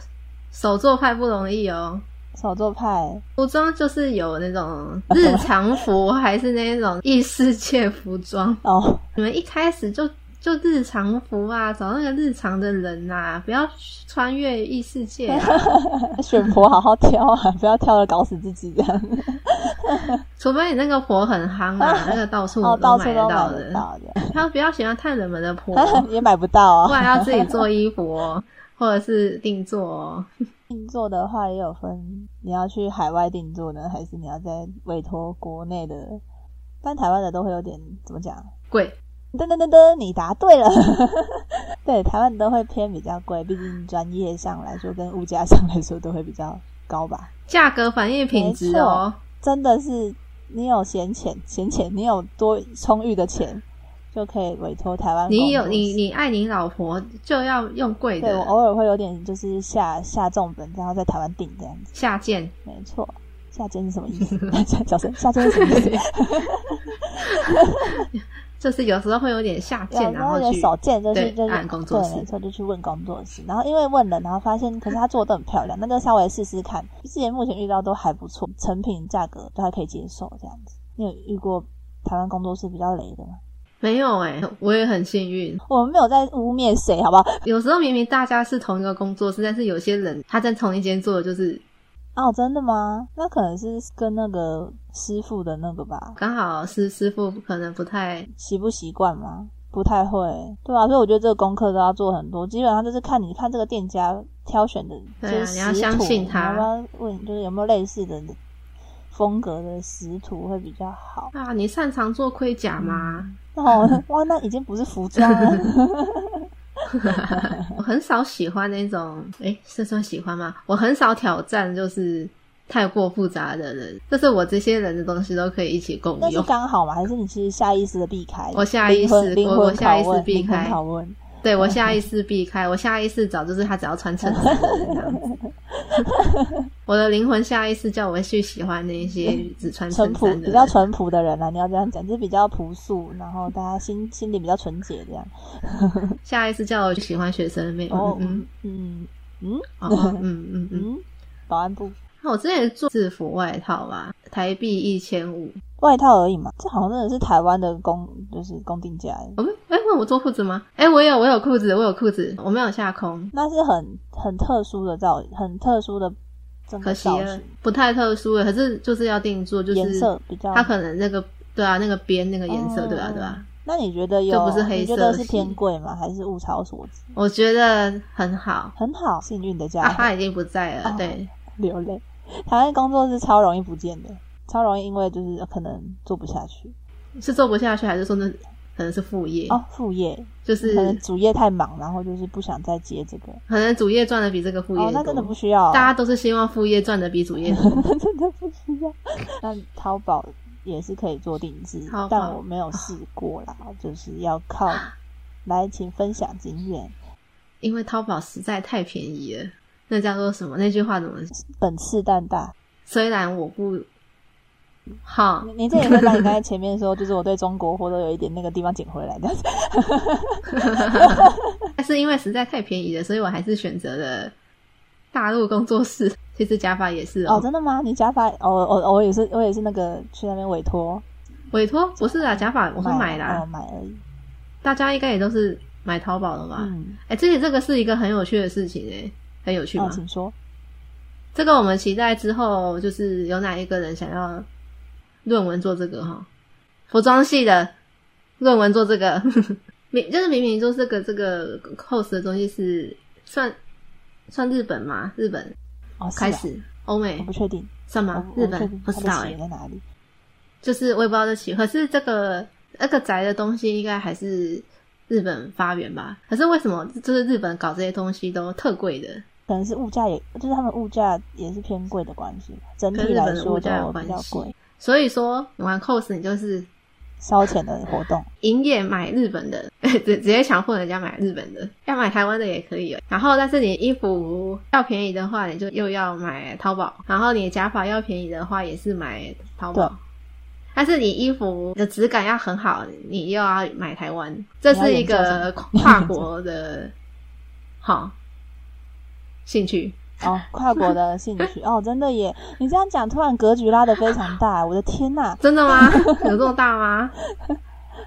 Speaker 2: 手作派不容易哦。
Speaker 1: 手作派
Speaker 2: 服装就是有那种日常服，还是那种异世界服装。
Speaker 1: 哦，
Speaker 2: 你们一开始就就日常服啊，找那个日常的人啊，不要穿越异世界啊、
Speaker 1: (laughs) 选婆好好挑啊，不要挑了搞死自己这样。
Speaker 2: 除非你那个婆很夯
Speaker 1: (laughs)
Speaker 2: 啊，那个到处
Speaker 1: 哦，到
Speaker 2: 都
Speaker 1: 处
Speaker 2: 买得
Speaker 1: 都买
Speaker 2: 到
Speaker 1: 得
Speaker 2: 的。
Speaker 1: 到的，
Speaker 2: 他不要喜欢太冷门的
Speaker 1: (laughs)
Speaker 2: 婆，
Speaker 1: 也买不到
Speaker 2: 不
Speaker 1: 啊。
Speaker 2: 然要自己做衣服哦，或者是定做哦。
Speaker 1: 定做的话也有分，你要去海外定做呢，还是你要在委托国内的？但台湾的都会有点怎么讲？
Speaker 2: 贵，
Speaker 1: 噔噔噔噔，你答对了。 (laughs) 对，台湾的都会偏比较贵，毕竟专业上来说跟物价上来说都会比较高吧。
Speaker 2: 价格反映品质哦。
Speaker 1: 真的是你有闲钱，闲钱你有多充裕的钱，就可以委托台湾。
Speaker 2: 你有你你爱你老婆就要用贵
Speaker 1: 对我
Speaker 2: 的
Speaker 1: 偶尔会有点就是下下重本，然后在台湾订这样子，
Speaker 2: 下贱，
Speaker 1: 没错。下贱是什么意
Speaker 2: (laughs)
Speaker 1: 思？小声，下贱是什么意思？
Speaker 2: 就是有时候会有点下
Speaker 1: 有
Speaker 2: 贱，
Speaker 1: 时
Speaker 2: 然
Speaker 1: 候
Speaker 2: 后
Speaker 1: 有
Speaker 2: 去
Speaker 1: 手贱，就是
Speaker 2: 对
Speaker 1: 就是
Speaker 2: 按工作室
Speaker 1: 对，没错，就去问工作室。然后因为问了，然后发现，可是他做的都很漂亮，那就稍微试试看。之前目前遇到都还不错，成品价格都还可以接受这样子。你有遇过台湾工作室比较雷的吗？
Speaker 2: 没有哎、我也很幸运。
Speaker 1: 我们没有在污蔑谁，好不好？
Speaker 2: 有时候明明大家是同一个工作室，但是有些人他在同一间做的就是
Speaker 1: 哦，真的吗？那可能是跟那个师傅的那个吧，
Speaker 2: 刚好是师傅可能不太
Speaker 1: 习不习惯吗？不太会，对啊吧、所以我觉得这个功课都要做很多，基本上就是看你看这个店家挑选的，
Speaker 2: 对啊
Speaker 1: 就是
Speaker 2: 你要
Speaker 1: 食
Speaker 2: 相
Speaker 1: 谱
Speaker 2: 信他
Speaker 1: 你要不要问就是有没有类似的风格的食图会比较好？
Speaker 2: 啊，你擅长做盔甲吗？ (laughs)
Speaker 1: 哦，哇，那已经不是服装了，
Speaker 2: 我很少喜欢那种，诶，是算喜欢吗？我很少挑战，就是太过复杂的人，就是我这些人的东西都可以一起共
Speaker 1: 那是
Speaker 2: 用。
Speaker 1: 刚好嘛？还是你其实下意识的避开？
Speaker 2: 我下意识
Speaker 1: 灵魂灵魂
Speaker 2: 我我下意识
Speaker 1: 拷问
Speaker 2: 避
Speaker 1: 灵魂
Speaker 2: 开
Speaker 1: 拷问。
Speaker 2: 对我下
Speaker 1: 嗯
Speaker 2: 意识避开，我下意识找就是他只要穿衬衫的人这样子。
Speaker 1: (laughs)
Speaker 2: 我的灵魂下意识叫我去喜欢那些只穿
Speaker 1: 嗯淳
Speaker 2: 衬
Speaker 1: 朴
Speaker 2: 衫的
Speaker 1: 比较
Speaker 2: 人。
Speaker 1: 淳朴的人啊啦、你要这样讲，就是比较朴素，然后大家心心里比较纯洁这样。
Speaker 2: 下意识叫我去喜欢学生妹。
Speaker 1: 哦，
Speaker 2: 嗯
Speaker 1: 嗯嗯嗯
Speaker 2: 嗯，哦哦嗯嗯嗯。
Speaker 1: (laughs) 嗯，保安部
Speaker 2: 那我之前做制服外套吧，台币一千五。
Speaker 1: 外套而已嘛，这好像真的是台湾的工，就是工定价耶，
Speaker 2: 我们哎，问我做裤子吗？哎，我有，我有裤子，我有裤子，我没有下空。
Speaker 1: 那是很很特殊的造，很特殊的整
Speaker 2: 可
Speaker 1: 个
Speaker 2: 惜
Speaker 1: 造
Speaker 2: 了
Speaker 1: 型，，
Speaker 2: 不太特殊了。可是就是要定做，啊就
Speaker 1: 颜
Speaker 2: 是
Speaker 1: 色比较
Speaker 2: 它可能那个对啊，那个边那个颜色，
Speaker 1: 嗯
Speaker 2: 对啊，对啊。
Speaker 1: 那你觉得有？
Speaker 2: 就不是黑色
Speaker 1: 你觉得是
Speaker 2: 系
Speaker 1: 偏贵吗？还是物超所值？
Speaker 2: 我觉得很好
Speaker 1: 很好，幸运的家
Speaker 2: 啊，
Speaker 1: 伙、
Speaker 2: 他已经不在了，
Speaker 1: 哦
Speaker 2: 对，
Speaker 1: 流泪。台湾工作是超容易不见的，超容易因为就是可能做不下去
Speaker 2: 是做不下去，还是说那可能是副业？
Speaker 1: 哦，副业
Speaker 2: 就
Speaker 1: 可
Speaker 2: 是
Speaker 1: 能主业太忙，然后就是不想再接这个。
Speaker 2: 可能主业赚的比这个副业
Speaker 1: 哦
Speaker 2: 多，，
Speaker 1: 那真的不需要，
Speaker 2: 大家都是希望副业赚的比主业
Speaker 1: (laughs)
Speaker 2: 多。
Speaker 1: 真的不需要。 (laughs) 那淘宝也是可以做定制
Speaker 2: 淘宝，
Speaker 1: 但我没有试过啦，就是要靠来，请分享经验。
Speaker 2: 因为淘宝实在太便宜了，那叫做什么？那句话怎么？
Speaker 1: 本次蛋大，
Speaker 2: 虽然我不
Speaker 1: (laughs)
Speaker 2: 好
Speaker 1: 你，你这也会让你刚才前面说，就是我对中国货都有一点那个地方捡回来的。
Speaker 2: 但是因为实在太便宜了，所以我还是选择了大陆工作室。 (laughs) 其实假发也是
Speaker 1: 哦，
Speaker 2: 哦，
Speaker 1: 真的吗？你假发，哦，我我也是，我也是那个去那边委托，
Speaker 2: 委托不是啊，假发我是买的、
Speaker 1: 哦，
Speaker 2: 啊，
Speaker 1: 买而已。
Speaker 2: 大家应该也都是买淘宝的吧？哎、
Speaker 1: 嗯，
Speaker 2: 之前这个是一个很有趣的事情哎、很有趣吗
Speaker 1: 哦，？请说。
Speaker 2: 这个我们期待之后就是有哪一个人想要论文做这个哈，服装系的论文做这个， (laughs) 明就是明明就是这个这个 cos 的东西是算算日本嘛，日本
Speaker 1: 哦，是啊
Speaker 2: 开，始欧美
Speaker 1: 我不确定，
Speaker 2: 算
Speaker 1: 我
Speaker 2: 吗？
Speaker 1: 不
Speaker 2: 日
Speaker 1: 我不确
Speaker 2: 本
Speaker 1: 定
Speaker 2: 不
Speaker 1: 它
Speaker 2: 知道
Speaker 1: 的
Speaker 2: 哎、
Speaker 1: 血在哪里。
Speaker 2: 就是我也不知道这起，可是这个那个宅的东西应该还是日本发源吧？可是为什么就是日本搞这些东西都特贵的？
Speaker 1: 可能是物价也，就是他们物价也是偏贵的关系吧，整体
Speaker 2: 跟日
Speaker 1: 来
Speaker 2: 本的
Speaker 1: 说
Speaker 2: 物
Speaker 1: 都
Speaker 2: 价有
Speaker 1: 比
Speaker 2: 关
Speaker 1: 较
Speaker 2: 系
Speaker 1: 贵，
Speaker 2: 所以说你玩 cos 你就是
Speaker 1: 烧钱的活动。
Speaker 2: 营业买日本的， (laughs) 直直接强迫人家买日本的，要买台湾的也可以哦。然后，但是你衣服要便宜的话，你就又要买淘宝；然后你假发要便宜的话，也是买淘宝
Speaker 1: 对。
Speaker 2: 但是你衣服的质感要很好，你又要买台湾，这是一个跨国的 (laughs) 好兴趣。
Speaker 1: 哦，跨国的兴趣哦，真的耶！你这样讲，突然格局拉得非常大，我的天呐，
Speaker 2: 真
Speaker 1: (laughs)
Speaker 2: 的吗？有这么大吗？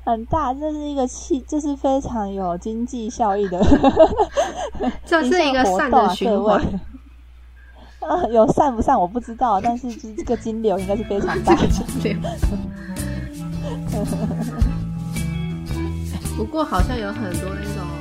Speaker 1: 很大，这是一个气，这是非常有经济效益的
Speaker 2: (laughs)
Speaker 1: 一
Speaker 2: 这是一个
Speaker 1: 项活
Speaker 2: 善
Speaker 1: 动
Speaker 2: 的
Speaker 1: 啊，
Speaker 2: 循
Speaker 1: 各位 (laughs)
Speaker 2: 环。。
Speaker 1: 呃，有散不散我不知道，但是就是这个金流应该是非常大。
Speaker 2: (laughs) 对。哎不过好像有很多那种